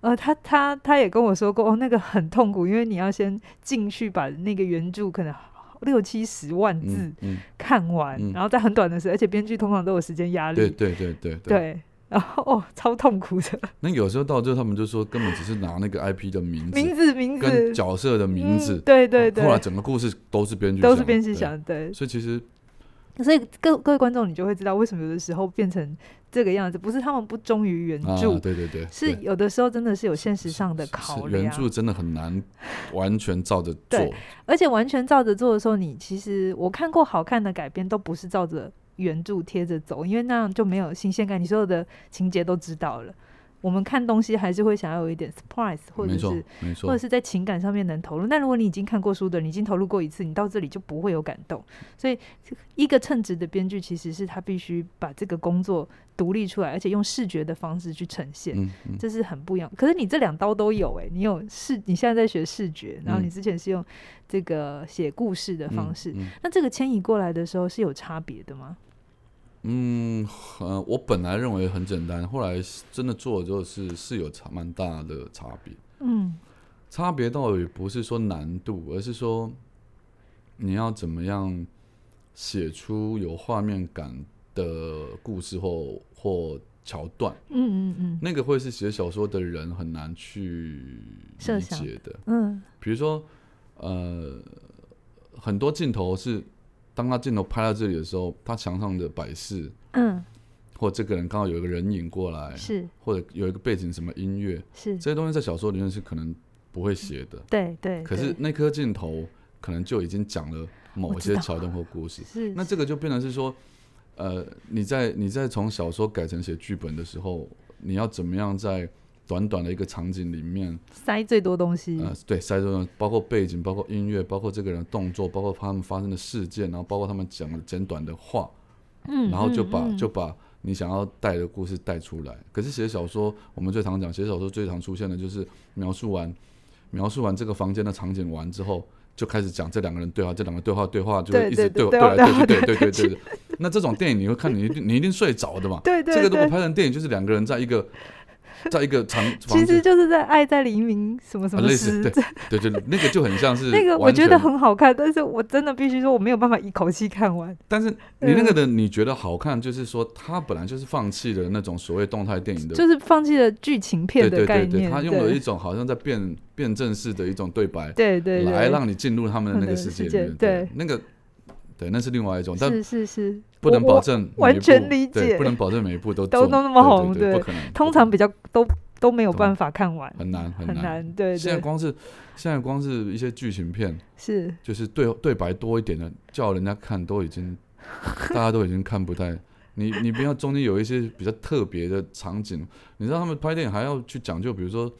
[SPEAKER 1] 呃，他他他也跟我说过，哦，那个很痛苦，因为你要先进去把那个原著可能六七十万字
[SPEAKER 2] 嗯嗯，
[SPEAKER 1] 看完，
[SPEAKER 2] 嗯
[SPEAKER 1] 然后在很短的时间，而且编剧通常都有时间压力，
[SPEAKER 2] 对对对对。
[SPEAKER 1] 啊对然后哦，超痛苦的，
[SPEAKER 2] 那有时候到最后，他们就说根本只是拿那个 IP 的名字
[SPEAKER 1] 名字名字
[SPEAKER 2] 跟角色的名
[SPEAKER 1] 嗯
[SPEAKER 2] 字，哦啊
[SPEAKER 1] 对对对
[SPEAKER 2] 后来，整个故事都是编剧
[SPEAKER 1] 都是
[SPEAKER 2] 想的
[SPEAKER 1] 编剧
[SPEAKER 2] 对
[SPEAKER 1] 想的，对
[SPEAKER 2] 所以其实
[SPEAKER 1] 所以各各位观众，你就会知道为什么有的时候变成这个样子，不是他们不忠于原
[SPEAKER 2] 啊，
[SPEAKER 1] 著，
[SPEAKER 2] 对对对，
[SPEAKER 1] 是
[SPEAKER 2] 对
[SPEAKER 1] 有的时候真的是有现实上的考
[SPEAKER 2] 是
[SPEAKER 1] 量
[SPEAKER 2] 原。著真的很难完全照着
[SPEAKER 1] 对
[SPEAKER 2] 做，
[SPEAKER 1] 而且完全照着做的时候，你其实我看过好看的改编都不是照着原著贴着走，因为那样就没有新鲜感，你所有的情节都知道了。我们看东西还是会想要有一点 surprise，或者
[SPEAKER 2] 没错
[SPEAKER 1] 是
[SPEAKER 2] 没
[SPEAKER 1] 或者
[SPEAKER 2] 错，
[SPEAKER 1] 是在情感上面能投入。那如果你已经看过书的，你已经投入过一次，你到这里就不会有感动。所以，一个称职的编剧其实是他必须把这个工作独立出来，而且用视觉的方式去呈现。
[SPEAKER 2] 嗯嗯，
[SPEAKER 1] 这是很不一样。可是你这两刀都有欸诶、你有视，你现在在学视觉，然后你
[SPEAKER 2] 嗯
[SPEAKER 1] 之前是用这个写故事的方式。
[SPEAKER 2] 嗯
[SPEAKER 1] 那这个迁移过来的时候是有差别的吗？
[SPEAKER 2] 嗯，呃，我本来认为很简单，后来真的做了之后是是有差蛮大的差别，
[SPEAKER 1] 嗯
[SPEAKER 2] 差别倒也不是说难度，而是说你要怎么样写出有画面感的故事或或桥段，
[SPEAKER 1] 嗯嗯嗯
[SPEAKER 2] 那个会是写小说的人很难去
[SPEAKER 1] 设
[SPEAKER 2] 理
[SPEAKER 1] 想
[SPEAKER 2] 解的。
[SPEAKER 1] 嗯
[SPEAKER 2] 比如说，呃，很多镜头是当他镜头拍到这里的时候，他墙上的摆饰，
[SPEAKER 1] 嗯，
[SPEAKER 2] 或这个人刚好有一个人影过来，
[SPEAKER 1] 是
[SPEAKER 2] 或者有一个背景什么音乐，
[SPEAKER 1] 是，
[SPEAKER 2] 哎这些东西在小说里面是可能不会写的。
[SPEAKER 1] 对对。
[SPEAKER 2] 可是
[SPEAKER 1] 对
[SPEAKER 2] 那颗镜头可能就已经讲了某
[SPEAKER 1] 我知
[SPEAKER 2] 些
[SPEAKER 1] 道
[SPEAKER 2] 桥段或故事，
[SPEAKER 1] 是
[SPEAKER 2] 那这个就变成是说，呃，你在你在从小说改成写剧本的时候，你要怎么样在短短的一个场景里面，
[SPEAKER 1] 塞最多东西。
[SPEAKER 2] 呃，对，塞入了包括背景、包括音乐、包括这个人的动作、包括他们发生的事件，然后包括他们讲的简短的话，
[SPEAKER 1] 嗯，
[SPEAKER 2] 然后就
[SPEAKER 1] 嗯
[SPEAKER 2] 把
[SPEAKER 1] 嗯
[SPEAKER 2] 就把你想要带的故事带出来。可是写小说，我们最常讲，写小说最常出现的就是描述完描述完这个房间的场景完之后，就开始讲这两个人对话，这两个人对话对话就
[SPEAKER 1] 对
[SPEAKER 2] 会一
[SPEAKER 1] 对
[SPEAKER 2] 直
[SPEAKER 1] 对
[SPEAKER 2] 我
[SPEAKER 1] 对
[SPEAKER 2] 对来
[SPEAKER 1] 对
[SPEAKER 2] 对去，
[SPEAKER 1] 对对
[SPEAKER 2] 对对对对。对那这种电影你会看，你一定你一定睡着的 嘛。
[SPEAKER 1] 对对
[SPEAKER 2] 这个如果
[SPEAKER 1] 对
[SPEAKER 2] 拍成电影，就是两个人在 一个在一个长
[SPEAKER 1] 其
[SPEAKER 2] 房
[SPEAKER 1] 实
[SPEAKER 2] 子。
[SPEAKER 1] 就是在《爱在黎明》什么什
[SPEAKER 2] 啊
[SPEAKER 1] 么
[SPEAKER 2] 类
[SPEAKER 1] 时
[SPEAKER 2] 似，对对对，那个就很像 是
[SPEAKER 1] 那个我
[SPEAKER 2] 完
[SPEAKER 1] 觉得
[SPEAKER 2] 全
[SPEAKER 1] 很好看，但是我真的必须说我没有办法一口气看完。
[SPEAKER 2] 但是你那个
[SPEAKER 1] 嗯
[SPEAKER 2] 的你觉得好看，就是说他本来就是放弃了那种所谓动态电影的
[SPEAKER 1] 就是放弃了剧情片
[SPEAKER 2] 对
[SPEAKER 1] 的
[SPEAKER 2] 对
[SPEAKER 1] 概
[SPEAKER 2] 对
[SPEAKER 1] 念，
[SPEAKER 2] 对，他用了
[SPEAKER 1] 对
[SPEAKER 2] 一种好像在辩辩证式的一种对白，
[SPEAKER 1] 对对对
[SPEAKER 2] 来让你进入他们的那个世界
[SPEAKER 1] 他
[SPEAKER 2] 里
[SPEAKER 1] 们
[SPEAKER 2] 面。
[SPEAKER 1] 的世界对
[SPEAKER 2] 那个对，那是另外一种，但
[SPEAKER 1] 是是是，
[SPEAKER 2] 不能
[SPEAKER 1] 我我
[SPEAKER 2] 保证每一步
[SPEAKER 1] 完全理
[SPEAKER 2] 对
[SPEAKER 1] 解
[SPEAKER 2] 不能保证每一步 都
[SPEAKER 1] 都
[SPEAKER 2] 中
[SPEAKER 1] 都那么
[SPEAKER 2] 对对
[SPEAKER 1] 红
[SPEAKER 2] 对
[SPEAKER 1] 对
[SPEAKER 2] 不可能。
[SPEAKER 1] 通
[SPEAKER 2] 不可
[SPEAKER 1] 常比较都都没有
[SPEAKER 2] 懂
[SPEAKER 1] 办法看完，
[SPEAKER 2] 能很难很
[SPEAKER 1] 很
[SPEAKER 2] 难。
[SPEAKER 1] 难，对
[SPEAKER 2] 现在
[SPEAKER 1] 对
[SPEAKER 2] 光是现在光是一些剧情片，
[SPEAKER 1] 是，
[SPEAKER 2] 就是对对白多一点的，叫人家看都已经大家都已经看不太。你你不要中间有一些比较特别的场景，你知道他们拍电影还要去讲究，比如说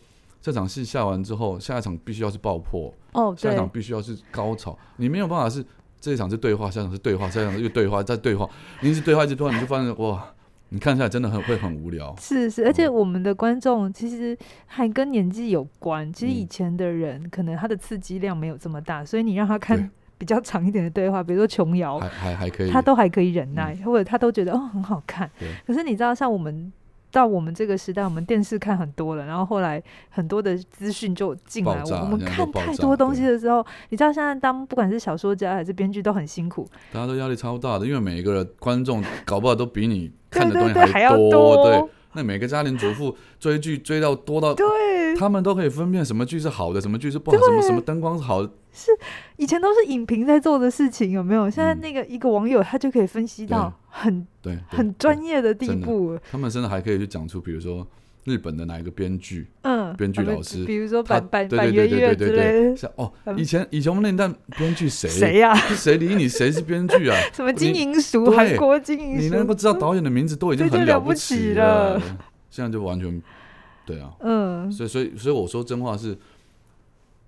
[SPEAKER 2] 这场戏下完之后，下一场必须要是爆破，
[SPEAKER 1] 哦
[SPEAKER 2] 下一
[SPEAKER 1] 对
[SPEAKER 2] 场必须要是高潮，你没有办法是这一场是对话，下一场是对话，下一场又对话，再对话，你一直对话一直对话，你就发现哇，你看起来真的很会很无聊。
[SPEAKER 1] 是是，而且我们的观众其实还跟年纪有关，其实以
[SPEAKER 2] 嗯
[SPEAKER 1] 前的人可能他的刺激量没有这么大，所以你让他看
[SPEAKER 2] 对
[SPEAKER 1] 比较长一点的对话，比如说琼瑶，
[SPEAKER 2] 还还还可以，嗯
[SPEAKER 1] 他都还可以忍耐，或者他都觉得哦很好看
[SPEAKER 2] 对。
[SPEAKER 1] 可是你知道，像我们到我们这个时代，我们电视看很多了，然后后来很多的资讯就进来，
[SPEAKER 2] 爆炸
[SPEAKER 1] 我们
[SPEAKER 2] 现在
[SPEAKER 1] 看
[SPEAKER 2] 都爆炸
[SPEAKER 1] 太多东西的时候，你知道现在当不管是小说家还是编剧都很辛苦，
[SPEAKER 2] 大家都压力超大的，因为每一个人观众搞不好都比你看的
[SPEAKER 1] 对
[SPEAKER 2] 东
[SPEAKER 1] 对对，
[SPEAKER 2] 西
[SPEAKER 1] 还要
[SPEAKER 2] 多。
[SPEAKER 1] 多，
[SPEAKER 2] 那每个家庭主妇追剧追到多到，
[SPEAKER 1] 对，
[SPEAKER 2] 他们都可以分辨什么剧是好的，什么剧是不好，什么什么灯光是好的。
[SPEAKER 1] 以前都是影评在做的事情，有没有？现在
[SPEAKER 2] 嗯
[SPEAKER 1] 那个一个网友他就可以分析到很
[SPEAKER 2] 对，对
[SPEAKER 1] 很专业的地
[SPEAKER 2] 真的
[SPEAKER 1] 步，
[SPEAKER 2] 他们甚至还可以去讲出，比如说日本的哪一个编剧，
[SPEAKER 1] 嗯，
[SPEAKER 2] 编剧
[SPEAKER 1] 啊不
[SPEAKER 2] 老师
[SPEAKER 1] 比如说
[SPEAKER 2] 他
[SPEAKER 1] 板板
[SPEAKER 2] 对
[SPEAKER 1] 板
[SPEAKER 2] 对
[SPEAKER 1] 垣
[SPEAKER 2] 对对
[SPEAKER 1] 月
[SPEAKER 2] 对
[SPEAKER 1] 之
[SPEAKER 2] 对
[SPEAKER 1] 类
[SPEAKER 2] 对，
[SPEAKER 1] 的，
[SPEAKER 2] 像哦
[SPEAKER 1] 嗯，
[SPEAKER 2] 以前以前我们那一代编剧谁啊
[SPEAKER 1] 谁啊呀？
[SPEAKER 2] 是谁理你谁是编 剧啊？
[SPEAKER 1] 什么金
[SPEAKER 2] 你
[SPEAKER 1] 银鼠，
[SPEAKER 2] 对
[SPEAKER 1] 韩国金银
[SPEAKER 2] 你
[SPEAKER 1] 鼠，
[SPEAKER 2] 能够知道导演的名字都已经
[SPEAKER 1] 这就
[SPEAKER 2] 很
[SPEAKER 1] 了
[SPEAKER 2] 不
[SPEAKER 1] 不起
[SPEAKER 2] 了
[SPEAKER 1] 了，
[SPEAKER 2] 现在就完全对啊。
[SPEAKER 1] 嗯，
[SPEAKER 2] 所以所以所以我说真话是，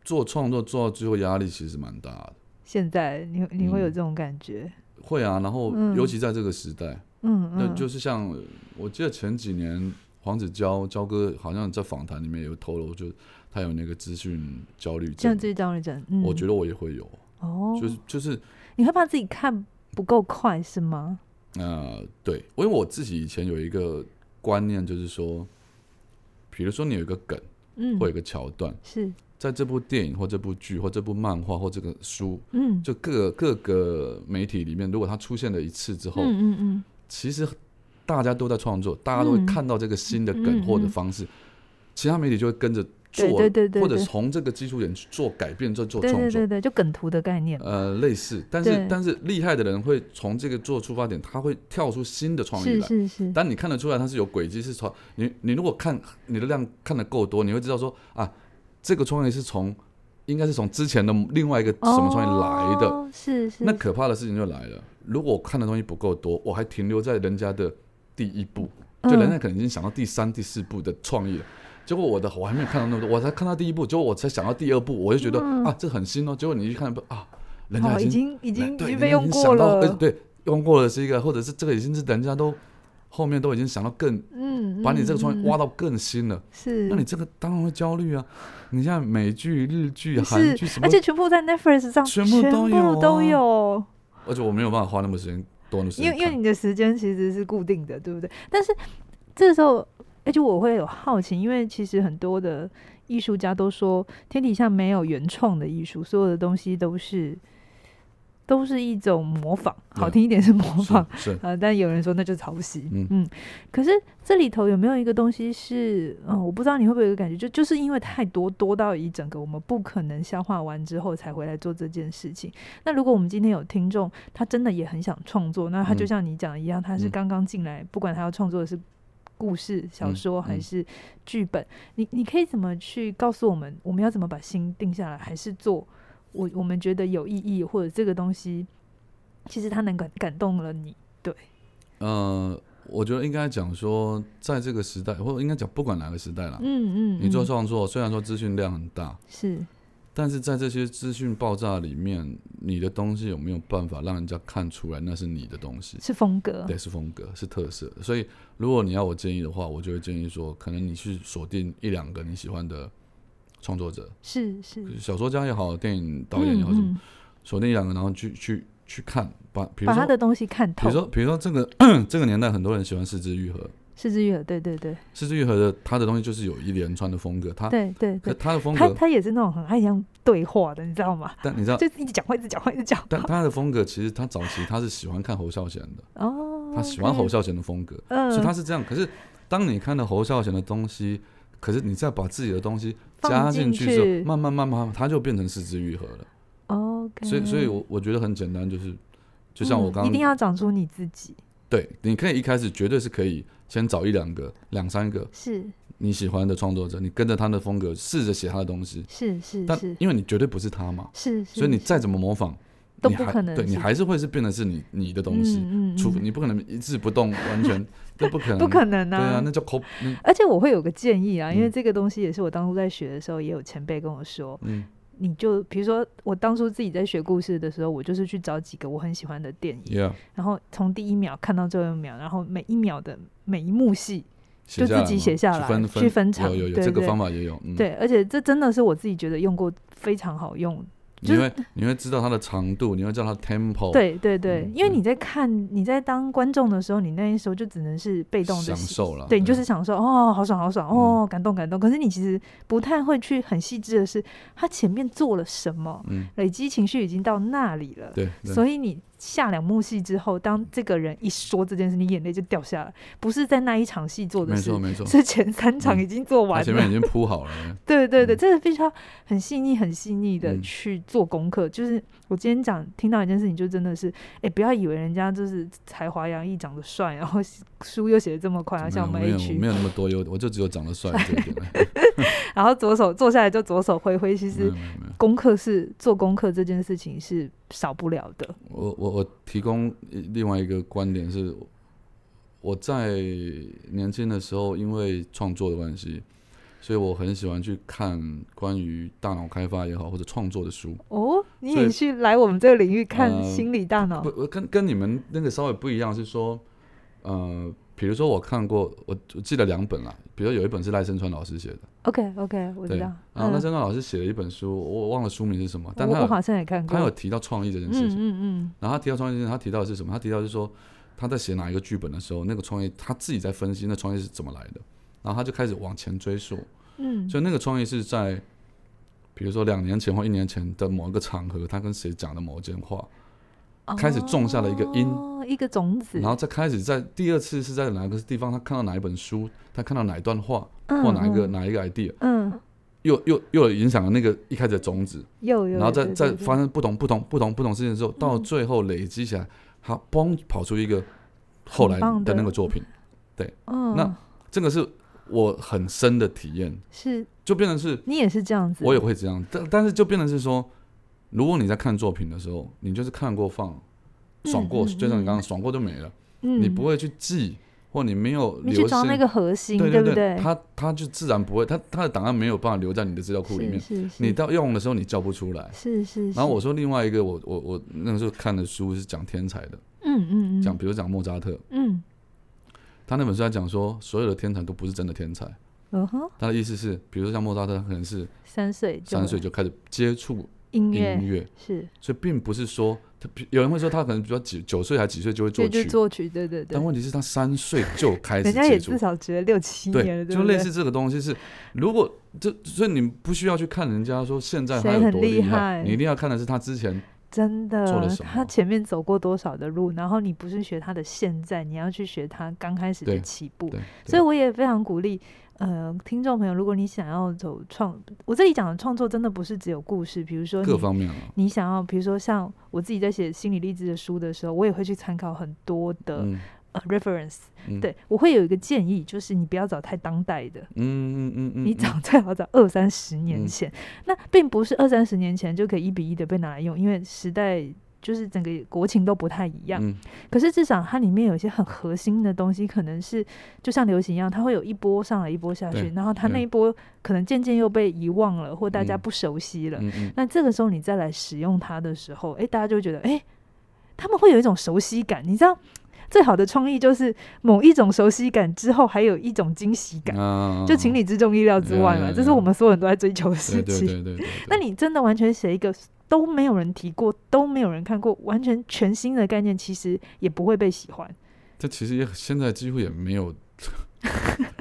[SPEAKER 2] 做创作做到最后压力其实蛮大的。
[SPEAKER 1] 现在你会你会有
[SPEAKER 2] 嗯
[SPEAKER 1] 这种感觉，
[SPEAKER 2] 会啊，然后
[SPEAKER 1] 嗯
[SPEAKER 2] 尤其在这个时代，
[SPEAKER 1] 嗯
[SPEAKER 2] 那
[SPEAKER 1] 嗯，
[SPEAKER 2] 就是像呃我记得前几年黄子佼佼哥好像在访谈里面有透露，就他有那个资讯焦虑
[SPEAKER 1] 像
[SPEAKER 2] 症，
[SPEAKER 1] 这张人讲，嗯，
[SPEAKER 2] 我觉得我也会有，
[SPEAKER 1] 哦，
[SPEAKER 2] 就是就是
[SPEAKER 1] 你会怕自己看不够快是吗？
[SPEAKER 2] 呃，对，因为我自己以前有一个观念，就是说，比如说你有一个梗
[SPEAKER 1] 嗯，
[SPEAKER 2] 或有一个桥段，
[SPEAKER 1] 是，
[SPEAKER 2] 在这部电影或这部剧或这部漫画或这个书，
[SPEAKER 1] 嗯，
[SPEAKER 2] 就各各个媒体里面，如果它出现了一次之后，
[SPEAKER 1] 嗯嗯嗯，
[SPEAKER 2] 其实大家都在创作，大家都会
[SPEAKER 1] 嗯
[SPEAKER 2] 看到这个新的
[SPEAKER 1] 嗯
[SPEAKER 2] 梗
[SPEAKER 1] 嗯
[SPEAKER 2] 或者
[SPEAKER 1] 嗯
[SPEAKER 2] 方式，其他媒体就会跟着做，
[SPEAKER 1] 对对对对
[SPEAKER 2] 或者
[SPEAKER 1] 对
[SPEAKER 2] 从这个基础点去做改变，再做
[SPEAKER 1] 对
[SPEAKER 2] 创
[SPEAKER 1] 对
[SPEAKER 2] 作
[SPEAKER 1] 对。对，就梗图的概念嘛，
[SPEAKER 2] 呃，类似，但是
[SPEAKER 1] 对
[SPEAKER 2] 但是厉害的人会从这个做出发点，他会跳出新的创意
[SPEAKER 1] 是
[SPEAKER 2] 来。
[SPEAKER 1] 是是，
[SPEAKER 2] 但你看得出来它是有轨迹，是从你你如果看你的量看得够多，你会知道说啊，这个创意是从应该是从之前的另外一个什么创意来的。
[SPEAKER 1] 哦是是，
[SPEAKER 2] 那可怕的事情就来了，如果我看的东西不够多，我还停留在人家的第一步，
[SPEAKER 1] 嗯
[SPEAKER 2] 就人家可能已经想到第三、第四步的创意了。结果我的我还没有看到那么多，我才看到第一步，结果我才想到第二步，我就觉得、
[SPEAKER 1] 嗯
[SPEAKER 2] 啊这很新哦。结果你一看啊，人家
[SPEAKER 1] 哦，已
[SPEAKER 2] 已经
[SPEAKER 1] 经已经已经
[SPEAKER 2] 对人
[SPEAKER 1] 被
[SPEAKER 2] 家
[SPEAKER 1] 用过
[SPEAKER 2] 想到呃
[SPEAKER 1] 了，
[SPEAKER 2] 对，用过了是一个，或者是这个已经是人家都后面都已经想到更
[SPEAKER 1] 嗯，
[SPEAKER 2] 把你这个创
[SPEAKER 1] 嗯
[SPEAKER 2] 意挖到更新了，
[SPEAKER 1] 是，
[SPEAKER 2] 那你这个当然会焦虑啊。你像美剧、日剧、韩剧
[SPEAKER 1] 是
[SPEAKER 2] 什，么，
[SPEAKER 1] 而且全部在 Netflix 上，
[SPEAKER 2] 全
[SPEAKER 1] 全
[SPEAKER 2] 部都有
[SPEAKER 1] 部都
[SPEAKER 2] 啊
[SPEAKER 1] 有
[SPEAKER 2] 而且我没有办法花那么时间多的时
[SPEAKER 1] 因
[SPEAKER 2] 间
[SPEAKER 1] 为因为
[SPEAKER 2] 看，
[SPEAKER 1] 你的时间其实是固定的，对不对？但是这时候，而且我会有好奇，因为其实很多的艺术家都说，天底下没有原创的艺术，所有的东西都是都是一种模仿，好
[SPEAKER 2] 对
[SPEAKER 1] 听一点是模仿，
[SPEAKER 2] 是是
[SPEAKER 1] 呃，但有人说那就是抄袭，
[SPEAKER 2] 嗯
[SPEAKER 1] 嗯可是这里头有没有一个东西是，嗯，我不知道你会不会有一个感觉，就就是因为太多多到一整个我们不可能消化完之后才回来做这件事情。那如果我们今天有听众，他真的也很想创作，那他就
[SPEAKER 2] 嗯
[SPEAKER 1] 像你讲的一样，他是
[SPEAKER 2] 嗯
[SPEAKER 1] 刚刚进来，不管他要创作的是。故事、小
[SPEAKER 2] 嗯
[SPEAKER 1] 说还
[SPEAKER 2] 嗯
[SPEAKER 1] 是剧本，你你可以怎么去告诉我们，我们要怎么把心定下来，还是做我我们觉得有意义，或者这个东西其实它能感感动了你，
[SPEAKER 2] 呃，我觉得应该讲说，在这个时代，或者应该讲不管哪个时代啦，
[SPEAKER 1] 嗯嗯，
[SPEAKER 2] 啊你
[SPEAKER 1] 嗯
[SPEAKER 2] 做创作虽然说资讯量很大，
[SPEAKER 1] 是
[SPEAKER 2] 但是在这些资讯爆炸里面，你的东西有没有办法让人家看出来那是你的东西？
[SPEAKER 1] 是风格，
[SPEAKER 2] 对，是风格，是特色。所以，如果你要我建议的话，我就会建议说，可能你去锁定一两个你喜欢的创作者，
[SPEAKER 1] 是是
[SPEAKER 2] 小说家也好，电影导演也好，什么
[SPEAKER 1] 嗯嗯
[SPEAKER 2] 锁定一两个，然后去去去看，把比如
[SPEAKER 1] 把他
[SPEAKER 2] 说，
[SPEAKER 1] 的东西看
[SPEAKER 2] 比
[SPEAKER 1] 透
[SPEAKER 2] 如，说，比如说这个 这个年代，很多人喜欢四肢愈合，
[SPEAKER 1] 是之愈合，对对对
[SPEAKER 2] 四肢愈合的他的东西就是有一连串的风格，他
[SPEAKER 1] 对对
[SPEAKER 2] 啊可
[SPEAKER 1] 对，
[SPEAKER 2] 他的风
[SPEAKER 1] 他
[SPEAKER 2] 格，啊
[SPEAKER 1] 他也是那种很爱这样对话的，你知道吗？
[SPEAKER 2] 但你知道，
[SPEAKER 1] 就一直讲话，一直讲话，一直讲
[SPEAKER 2] 但
[SPEAKER 1] 话，
[SPEAKER 2] 他的风格其实他早期他是喜欢看侯孝贤的，
[SPEAKER 1] 哦，
[SPEAKER 2] 他喜欢侯
[SPEAKER 1] OK，
[SPEAKER 2] 孝贤的风格，
[SPEAKER 1] 嗯，
[SPEAKER 2] 所以他是这样。可是当你看到侯孝贤的东西，可是你再把自己的东西
[SPEAKER 1] 放
[SPEAKER 2] 加
[SPEAKER 1] 进
[SPEAKER 2] 进去之后，
[SPEAKER 1] 去
[SPEAKER 2] 慢慢慢慢，他就变成四肢愈合了。
[SPEAKER 1] 哦 OK，
[SPEAKER 2] 所以，所以我我觉得很简单，就是就像我
[SPEAKER 1] 嗯
[SPEAKER 2] 刚
[SPEAKER 1] 一
[SPEAKER 2] 刚、
[SPEAKER 1] 定要长出你自己，
[SPEAKER 2] 对，你可以一开始绝对是可以先找一两个、两三个
[SPEAKER 1] 是
[SPEAKER 2] 你喜欢的创作者，你跟着他的风格，试着写他的东西。
[SPEAKER 1] 是是
[SPEAKER 2] 但
[SPEAKER 1] 是
[SPEAKER 2] 因为你绝对不是他嘛，
[SPEAKER 1] 是，
[SPEAKER 2] 所以你
[SPEAKER 1] 是
[SPEAKER 2] 再怎么模仿，
[SPEAKER 1] 嗯都
[SPEAKER 2] 你
[SPEAKER 1] 不
[SPEAKER 2] 还
[SPEAKER 1] 可能
[SPEAKER 2] 对你
[SPEAKER 1] 是
[SPEAKER 2] 还是会是变得是你你的东西，
[SPEAKER 1] 嗯嗯
[SPEAKER 2] 除非
[SPEAKER 1] 嗯
[SPEAKER 2] 你不可能一致不动，完全 都不可能，
[SPEAKER 1] 不可能
[SPEAKER 2] 对啊，那叫 cop，嗯
[SPEAKER 1] 而且我会有个建议啊，因为
[SPEAKER 2] 嗯
[SPEAKER 1] 这个东西也是我当初在学的时候，也有前辈跟我说，
[SPEAKER 2] 嗯
[SPEAKER 1] 你就比如说我当初自己在学故事的时候，我就是去找几个我很喜欢的电影，
[SPEAKER 2] ，yeah，
[SPEAKER 1] 然后从第一秒看到最后一秒，然后每一秒的每一幕戏，
[SPEAKER 2] 写
[SPEAKER 1] 就
[SPEAKER 2] 下
[SPEAKER 1] 自己
[SPEAKER 2] 嘛
[SPEAKER 1] 写下
[SPEAKER 2] 去
[SPEAKER 1] 来
[SPEAKER 2] 分
[SPEAKER 1] 去
[SPEAKER 2] 分
[SPEAKER 1] 分场
[SPEAKER 2] 有有有
[SPEAKER 1] 对
[SPEAKER 2] 这个
[SPEAKER 1] 对
[SPEAKER 2] 方法也有，嗯，，
[SPEAKER 1] 对，而且这真的是我自己觉得用过非常好用，
[SPEAKER 2] 你
[SPEAKER 1] 就是
[SPEAKER 2] 会你会知道它的长度，你会知道它的 tempo，，
[SPEAKER 1] 对对对，
[SPEAKER 2] 嗯
[SPEAKER 1] 因为你在看你在当观众的时候，你那时候就只能是被动的
[SPEAKER 2] 享受啊嗯了，
[SPEAKER 1] 对你就是享受哦，好爽好爽哦，感动感动。可是你其实不太会去很细致的是，他前面做了什么，
[SPEAKER 2] 嗯，
[SPEAKER 1] 累积情绪已经到那里了。
[SPEAKER 2] 对，对
[SPEAKER 1] 所以你下两幕戏之后，当这个人一说这件事，你眼泪就掉下来，不是在那一场戏做的
[SPEAKER 2] 没
[SPEAKER 1] 事
[SPEAKER 2] 错，没错，
[SPEAKER 1] 是前三场
[SPEAKER 2] 嗯
[SPEAKER 1] 已经做
[SPEAKER 2] 它
[SPEAKER 1] 完
[SPEAKER 2] 前
[SPEAKER 1] 了。
[SPEAKER 2] 面已经铺好 了，
[SPEAKER 1] 对对对，
[SPEAKER 2] 嗯
[SPEAKER 1] 这是非常很细腻、很细腻的
[SPEAKER 2] 嗯
[SPEAKER 1] 去做功课。就是我今天讲听到一件事情，就真的是，哎，不要以为人家就是才华洋溢、长得帅，然后书又写的这么快，啊，像我们
[SPEAKER 2] 没有
[SPEAKER 1] H
[SPEAKER 2] 我没有那么多优点，我就只有长得帅这一点了，
[SPEAKER 1] 然后左手坐下来就左手挥挥，其
[SPEAKER 2] 没有
[SPEAKER 1] 实
[SPEAKER 2] 没有没有。
[SPEAKER 1] 功课是做功课这件事情是少不了的。
[SPEAKER 2] 我我我提供一另外一个观点是，我在年轻的时候，因为创作的关系，所以我很喜欢去看关于大脑开发也好，或者创作的书。
[SPEAKER 1] 哦，你
[SPEAKER 2] 所以
[SPEAKER 1] 也去来我们这个领域看
[SPEAKER 2] 呃
[SPEAKER 1] 心理大脑
[SPEAKER 2] 不，，我跟跟你们那个稍微不一样，是说，呃，比如说我看过，我我记得两本啦，比如有一本是赖声川老师写的，
[SPEAKER 1] OK OK，我
[SPEAKER 2] 对
[SPEAKER 1] 知道。
[SPEAKER 2] 然后赖
[SPEAKER 1] 嗯
[SPEAKER 2] 声川老师写了一本书，我我忘了书名是什么，但
[SPEAKER 1] 我
[SPEAKER 2] 他
[SPEAKER 1] 我
[SPEAKER 2] 有
[SPEAKER 1] 好像也看过。
[SPEAKER 2] 他有提到创意这件事情
[SPEAKER 1] 嗯。嗯
[SPEAKER 2] 然后他提到创业精神，他提到的是什么？他提到是说他在写哪一个剧本的时候，那个创业他自己在分析那创业是怎么来的，然后他就开始往前追溯，
[SPEAKER 1] 嗯嗯，
[SPEAKER 2] 所以那个创业是在比如说两年前或一年前的某一个场合，他跟谁讲的某一件话，开始种下了一个因
[SPEAKER 1] 哦，一个种子，
[SPEAKER 2] 然后再开始在第二次是在哪个地方，他看到哪一本书，他看到哪一段话
[SPEAKER 1] 嗯
[SPEAKER 2] 或哪一个
[SPEAKER 1] 嗯
[SPEAKER 2] 哪一个 idea，
[SPEAKER 1] 嗯
[SPEAKER 2] 又又又影响了那个一开始的种子，
[SPEAKER 1] 又有，
[SPEAKER 2] 然后再
[SPEAKER 1] 对
[SPEAKER 2] 再
[SPEAKER 1] 对对嗯
[SPEAKER 2] 发生不同不同不同不同事情之后，到最后累积起来，它嘣跑出一个后来
[SPEAKER 1] 很棒
[SPEAKER 2] 的
[SPEAKER 1] 的
[SPEAKER 2] 那个作品，
[SPEAKER 1] 嗯，
[SPEAKER 2] 那这个是我很深的体验，
[SPEAKER 1] 是
[SPEAKER 2] 就变成是
[SPEAKER 1] 你也是这样子，
[SPEAKER 2] 我也会这样，但但是就变成是说，如果你在看作品的时候，你就是看过放，爽过，
[SPEAKER 1] 嗯嗯
[SPEAKER 2] 就像你刚刚爽过就没了，
[SPEAKER 1] 嗯，
[SPEAKER 2] 你不会去记，或你没有
[SPEAKER 1] 你
[SPEAKER 2] 留
[SPEAKER 1] 去找
[SPEAKER 2] 深
[SPEAKER 1] 那个核心，
[SPEAKER 2] 对
[SPEAKER 1] 不
[SPEAKER 2] 对
[SPEAKER 1] 对？，
[SPEAKER 2] 它它就自然不会，它它的档案没有办法留在你的资料库里面，
[SPEAKER 1] 是是是
[SPEAKER 2] 你到用的时候你叫不出来。
[SPEAKER 1] 是是，
[SPEAKER 2] 然后我
[SPEAKER 1] 是
[SPEAKER 2] 说另外一个，我我我那个时候看的书是讲天才的，
[SPEAKER 1] 嗯嗯嗯
[SPEAKER 2] 讲比如讲莫扎特，
[SPEAKER 1] 嗯
[SPEAKER 2] 他那本书在讲说所有的天才都不是真的天才，
[SPEAKER 1] 嗯哼，
[SPEAKER 2] 他的意思是，比如说像莫扎特，他可能是
[SPEAKER 1] 三岁就
[SPEAKER 2] 三岁就开始接触
[SPEAKER 1] 音
[SPEAKER 2] 音
[SPEAKER 1] 乐
[SPEAKER 2] 乐，
[SPEAKER 1] 是
[SPEAKER 2] 所以并不是说他有人会说他可能比较几九岁还几岁就会作
[SPEAKER 1] 对，就
[SPEAKER 2] 曲，
[SPEAKER 1] 作曲，对对对
[SPEAKER 2] 但，问题是他三岁就开 始
[SPEAKER 1] 人家也
[SPEAKER 2] 接
[SPEAKER 1] 至
[SPEAKER 2] 触，
[SPEAKER 1] 少学了六七年了，对
[SPEAKER 2] 就
[SPEAKER 1] 不
[SPEAKER 2] 类
[SPEAKER 1] 对
[SPEAKER 2] 似这个东西是，如果这所以你不需要去看人家说现在他
[SPEAKER 1] 谁
[SPEAKER 2] 有
[SPEAKER 1] 很
[SPEAKER 2] 多
[SPEAKER 1] 厉
[SPEAKER 2] 厉
[SPEAKER 1] 害
[SPEAKER 2] 你一定要看的是他之前
[SPEAKER 1] 真
[SPEAKER 2] 做了
[SPEAKER 1] 的
[SPEAKER 2] 什，
[SPEAKER 1] 他
[SPEAKER 2] 么
[SPEAKER 1] 前面走过多少的路，然后你不是学他的现在，你要去学他刚开始的
[SPEAKER 2] 对
[SPEAKER 1] 起步。
[SPEAKER 2] 对，
[SPEAKER 1] 所以
[SPEAKER 2] 以
[SPEAKER 1] 我也非常鼓励，呃，听众朋友，如果你想要走创，我这里讲的创作真的不是只有故事，比如说
[SPEAKER 2] 各
[SPEAKER 1] 你
[SPEAKER 2] 方面啊，
[SPEAKER 1] 你想要，比如说像我自己在写心理励志的书的时候，我也会去参考很多的、
[SPEAKER 2] 嗯
[SPEAKER 1] 呃 reference，、
[SPEAKER 2] 嗯
[SPEAKER 1] 对我会有一个建议，就是你不要找太当代的，
[SPEAKER 2] 嗯嗯嗯嗯，
[SPEAKER 1] 你
[SPEAKER 2] 嗯
[SPEAKER 1] 找最好找二三十年
[SPEAKER 2] 嗯
[SPEAKER 1] 前，那并不是二三十年前就可以一比一的被拿来用，因为时代就是整个国情都不太一样。
[SPEAKER 2] 嗯
[SPEAKER 1] 可是至少它里面有一些很核心的东西，可能是就像流行一样，它会有一波上来一波下去
[SPEAKER 2] 对，
[SPEAKER 1] 然后它那
[SPEAKER 2] 对
[SPEAKER 1] 一波可能渐渐又被遗忘了，或大家
[SPEAKER 2] 嗯
[SPEAKER 1] 不熟悉了。
[SPEAKER 2] 嗯嗯
[SPEAKER 1] 那这个时候你再来使用它的时候，诶，大家就会觉得，诶，他们会有一种熟悉感。你知道，最好的创意就是某一种熟悉感之后，还有一种惊喜感。
[SPEAKER 2] 啊
[SPEAKER 1] 就情理之中、意料之外嘛，
[SPEAKER 2] 嗯
[SPEAKER 1] 这是我们所有人都在追求的事
[SPEAKER 2] 对对
[SPEAKER 1] 情。
[SPEAKER 2] 对对对，
[SPEAKER 1] 那你真的完全写一个都没有人提过、都没有人看过、完全全新的概念，其实也不会被喜欢。
[SPEAKER 2] 这其实也现在几乎也没有，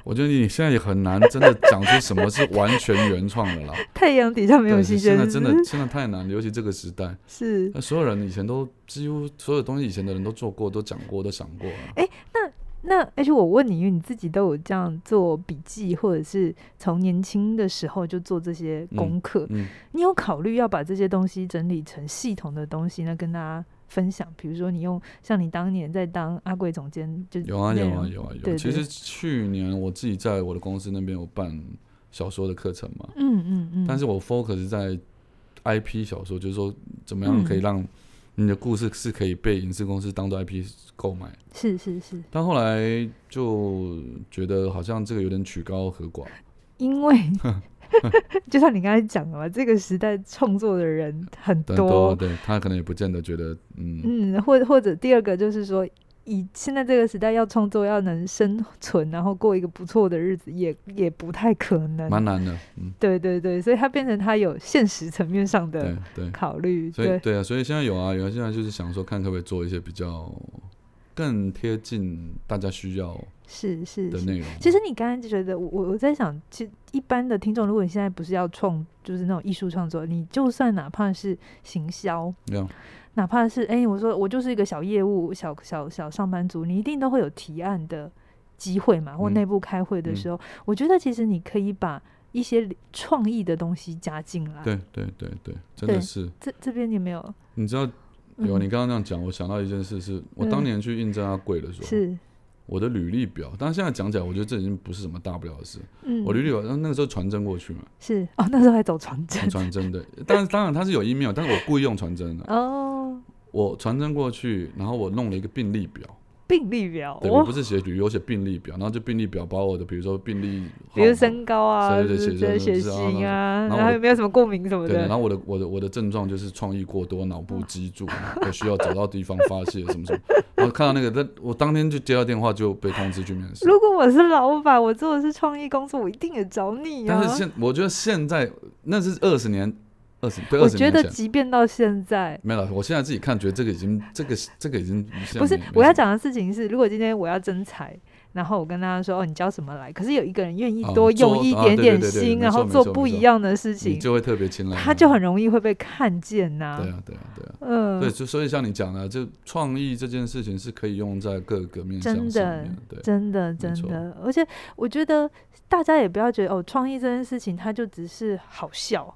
[SPEAKER 2] 我觉得你现在也很难真的讲出什么是完全原创的啦。
[SPEAKER 1] 太阳底 下没有
[SPEAKER 2] 对
[SPEAKER 1] 新鲜
[SPEAKER 2] 现在
[SPEAKER 1] 事，
[SPEAKER 2] 真的现在太难了，尤其这个时代，
[SPEAKER 1] 是。
[SPEAKER 2] 那所有人以前都几乎所有东西以前的人都做过、都讲过、都想过啊。
[SPEAKER 1] 那而且我问你，因为你自己都有这样做笔记，或者是从年轻的时候就做这些功课，
[SPEAKER 2] 嗯，
[SPEAKER 1] 你有考虑要把这些东西整理成系统的东西呢，跟大家分享？比如说，你用像你当年在当阿贵总监，就是
[SPEAKER 2] 有啊
[SPEAKER 1] 内
[SPEAKER 2] 有
[SPEAKER 1] 容
[SPEAKER 2] 啊有啊有
[SPEAKER 1] 对
[SPEAKER 2] 啊。其
[SPEAKER 1] 对
[SPEAKER 2] 实去年我自己在我的公司那边有办小说的课程嘛，
[SPEAKER 1] 嗯嗯嗯，
[SPEAKER 2] 但是我 focus 在 IP 小说，就是说怎么样可以
[SPEAKER 1] 嗯
[SPEAKER 2] 让你的故事是可以被影视公司当做 IP 购买。
[SPEAKER 1] 是是是，
[SPEAKER 2] 但后来就觉得好像这个有点曲高和寡，
[SPEAKER 1] 因 为 就像你刚才讲的嘛，这个时代创作的人很
[SPEAKER 2] 对
[SPEAKER 1] 多，
[SPEAKER 2] 对，他可能也不见得觉得，嗯，
[SPEAKER 1] 嗯，或或者第二个就是说，以现在这个时代要创作要能生存，然后过一个不错的日子，也也不太可
[SPEAKER 2] 蛮
[SPEAKER 1] 能。
[SPEAKER 2] 难的，嗯，
[SPEAKER 1] 对对对，所以它变成它有现实层面上的
[SPEAKER 2] 对对，
[SPEAKER 1] 考虑，
[SPEAKER 2] 所以
[SPEAKER 1] 对，
[SPEAKER 2] 对啊，所以现在有啊，有啊，现在就是想说看可不可以做一些比较更贴近大家需要
[SPEAKER 1] 是是
[SPEAKER 2] 的
[SPEAKER 1] 是。
[SPEAKER 2] 内容。
[SPEAKER 1] 其实你刚刚就觉得，我我我在想，其实一般的听众，如果你现在不是要创，就是那种艺术创作，你就算哪怕是行销，
[SPEAKER 2] 这样，
[SPEAKER 1] 哪怕是哎、我说我就是一个小业务、小小小上班族，你一定都会有提案的机会嘛，或
[SPEAKER 2] 嗯
[SPEAKER 1] 内部开会的时候，我觉得其实你可以把一些创意的东西加进来。
[SPEAKER 2] 对对对对，真的
[SPEAKER 1] 对
[SPEAKER 2] 是，
[SPEAKER 1] 这这边你没有，
[SPEAKER 2] 你知道有啊
[SPEAKER 1] 嗯
[SPEAKER 2] 你刚刚那样讲，我想到一件事是，我
[SPEAKER 1] 嗯
[SPEAKER 2] 当年去应征阿贵的时候，
[SPEAKER 1] 是，
[SPEAKER 2] 我的履历表，但现在讲起来，我觉得这已经不是什么大不了的事。
[SPEAKER 1] 嗯，
[SPEAKER 2] 我履历表，那那个时候传真过去嘛，
[SPEAKER 1] 是哦，那时候还走传真
[SPEAKER 2] 用传真的，但是当然他是有 email，但是我故意用传真的。
[SPEAKER 1] 哦，
[SPEAKER 2] 我传真过去，然后我弄了一个病历表，
[SPEAKER 1] 病历表，
[SPEAKER 2] 对我
[SPEAKER 1] 哦
[SPEAKER 2] 不，是写旅游，我写病历表，然后就病历表把我的比如说病历，
[SPEAKER 1] 比如，身高啊，
[SPEAKER 2] 对对
[SPEAKER 1] 是
[SPEAKER 2] 写
[SPEAKER 1] 不是
[SPEAKER 2] 生
[SPEAKER 1] 血
[SPEAKER 2] 是啊然后
[SPEAKER 1] 型啊，
[SPEAKER 2] 然后
[SPEAKER 1] 然后
[SPEAKER 2] 我
[SPEAKER 1] 有没有什么过敏什么
[SPEAKER 2] 对的，然
[SPEAKER 1] 的，
[SPEAKER 2] 后我的我的我的症状就是创意过多，脑部脊 柱，我需要找到地方发泄什么什么。然后看到那个，但我当天就接到电话就被通知去面试。
[SPEAKER 1] 如果我是老板，我做的是创意工作，我一定也找你啊。
[SPEAKER 2] 但是现我觉得现在那是二十年，二十对
[SPEAKER 1] 我
[SPEAKER 2] 二十
[SPEAKER 1] 觉
[SPEAKER 2] 年
[SPEAKER 1] 得，
[SPEAKER 2] 前。
[SPEAKER 1] 即便到现在，
[SPEAKER 2] 没有了，我现在自己看，觉得这个已经，这个这个已经
[SPEAKER 1] 不是
[SPEAKER 2] 没
[SPEAKER 1] 我要，
[SPEAKER 2] 没什么
[SPEAKER 1] 讲的事情是，如果今天我要征才，然后我跟大家说哦，你教什么来？可是有一个人愿意
[SPEAKER 2] 哦
[SPEAKER 1] 多
[SPEAKER 2] 做
[SPEAKER 1] 用一
[SPEAKER 2] 啊
[SPEAKER 1] 点
[SPEAKER 2] 对
[SPEAKER 1] 点
[SPEAKER 2] 对对对
[SPEAKER 1] 心，
[SPEAKER 2] 没
[SPEAKER 1] 然
[SPEAKER 2] 错
[SPEAKER 1] 后
[SPEAKER 2] 没
[SPEAKER 1] 做
[SPEAKER 2] 错
[SPEAKER 1] 不
[SPEAKER 2] 没
[SPEAKER 1] 一
[SPEAKER 2] 错
[SPEAKER 1] 样的事
[SPEAKER 2] 你
[SPEAKER 1] 情，
[SPEAKER 2] 就会特别青睐
[SPEAKER 1] 他就很容易会被看见呐、
[SPEAKER 2] 对啊，对啊，对啊，
[SPEAKER 1] 嗯，
[SPEAKER 2] 对，就所以像你讲的，就创意这件事情是可以用在各个面
[SPEAKER 1] 真
[SPEAKER 2] 向
[SPEAKER 1] 的
[SPEAKER 2] 上面，对，
[SPEAKER 1] 真的，真
[SPEAKER 2] 错
[SPEAKER 1] 的，而且我觉得大家也不要觉得哦，创意这件事情它就只是好笑。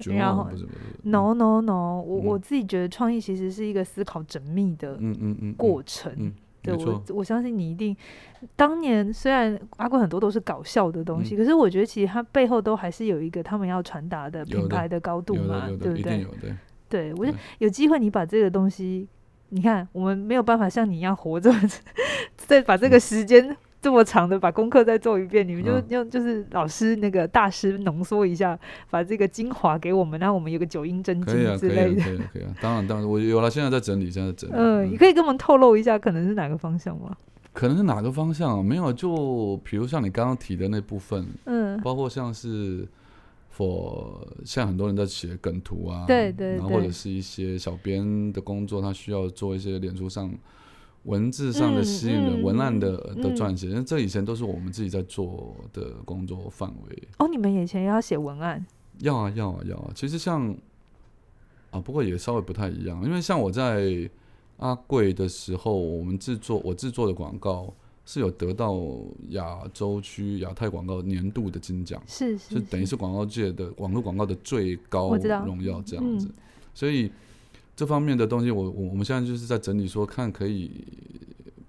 [SPEAKER 2] 绝
[SPEAKER 1] 然后
[SPEAKER 2] 望不是不是不是
[SPEAKER 1] no no no，我、
[SPEAKER 2] 嗯
[SPEAKER 1] 我自己觉得创意其实是一个思考缜密的
[SPEAKER 2] 嗯嗯嗯，
[SPEAKER 1] 过程。
[SPEAKER 2] 嗯
[SPEAKER 1] 对
[SPEAKER 2] 没
[SPEAKER 1] 我
[SPEAKER 2] 错，，
[SPEAKER 1] 我相信你一定。当年虽然阿贵很多都是搞笑的东西，
[SPEAKER 2] 嗯
[SPEAKER 1] 可是我觉得其实它背后都还是有一个他们要传达的
[SPEAKER 2] 有
[SPEAKER 1] 品
[SPEAKER 2] 的
[SPEAKER 1] 牌的高度
[SPEAKER 2] 有
[SPEAKER 1] 嘛
[SPEAKER 2] 的有，
[SPEAKER 1] 对
[SPEAKER 2] 的
[SPEAKER 1] 不
[SPEAKER 2] 一定
[SPEAKER 1] 对？
[SPEAKER 2] 有对，
[SPEAKER 1] 对，我觉得
[SPEAKER 2] 对
[SPEAKER 1] 有机会你把这个东西，你看我们没有办法像你一样活着， 再把这个时间这么长的把功课再做一遍，你们就
[SPEAKER 2] 嗯
[SPEAKER 1] 用就是老师那个大师浓缩一下，把这个精华给我们，让我们有个九阴真
[SPEAKER 2] 可以
[SPEAKER 1] 经
[SPEAKER 2] 啊，
[SPEAKER 1] 之
[SPEAKER 2] 可
[SPEAKER 1] 类
[SPEAKER 2] 以
[SPEAKER 1] 的
[SPEAKER 2] 啊，。可以啊，可以啊，当然当然，我有了，现在在整理，现在在整理，
[SPEAKER 1] 嗯，你可以跟我们透露一下可能是哪个方向吗？
[SPEAKER 2] 可能是哪个方向啊没有？就比如像你刚刚提的那部分，
[SPEAKER 1] 嗯
[SPEAKER 2] 包括像是 for 现在很多人在写梗图啊，
[SPEAKER 1] 对对
[SPEAKER 2] 然后或
[SPEAKER 1] 对
[SPEAKER 2] 者是一些小编的工作，他需要做一些脸书上文字上的
[SPEAKER 1] 嗯
[SPEAKER 2] 吸引人、
[SPEAKER 1] 嗯
[SPEAKER 2] 文案的的
[SPEAKER 1] 嗯
[SPEAKER 2] 撰写，因为这以前都是我们自己在做的工作范围。
[SPEAKER 1] 哦，你们以前也要写文案，
[SPEAKER 2] 要啊要啊要啊！其实像啊，不过也稍微不太一样，因为像我在阿贵的时候，我们制作我制作的广告是有得到亚洲区亚太广告年度的金奖。
[SPEAKER 1] 是是
[SPEAKER 2] 就等于是广告界的网络广告的最高
[SPEAKER 1] 我知道
[SPEAKER 2] 荣耀这样子。
[SPEAKER 1] 嗯
[SPEAKER 2] 所以这方面的东西我，我我们现在就是在整理说，看可以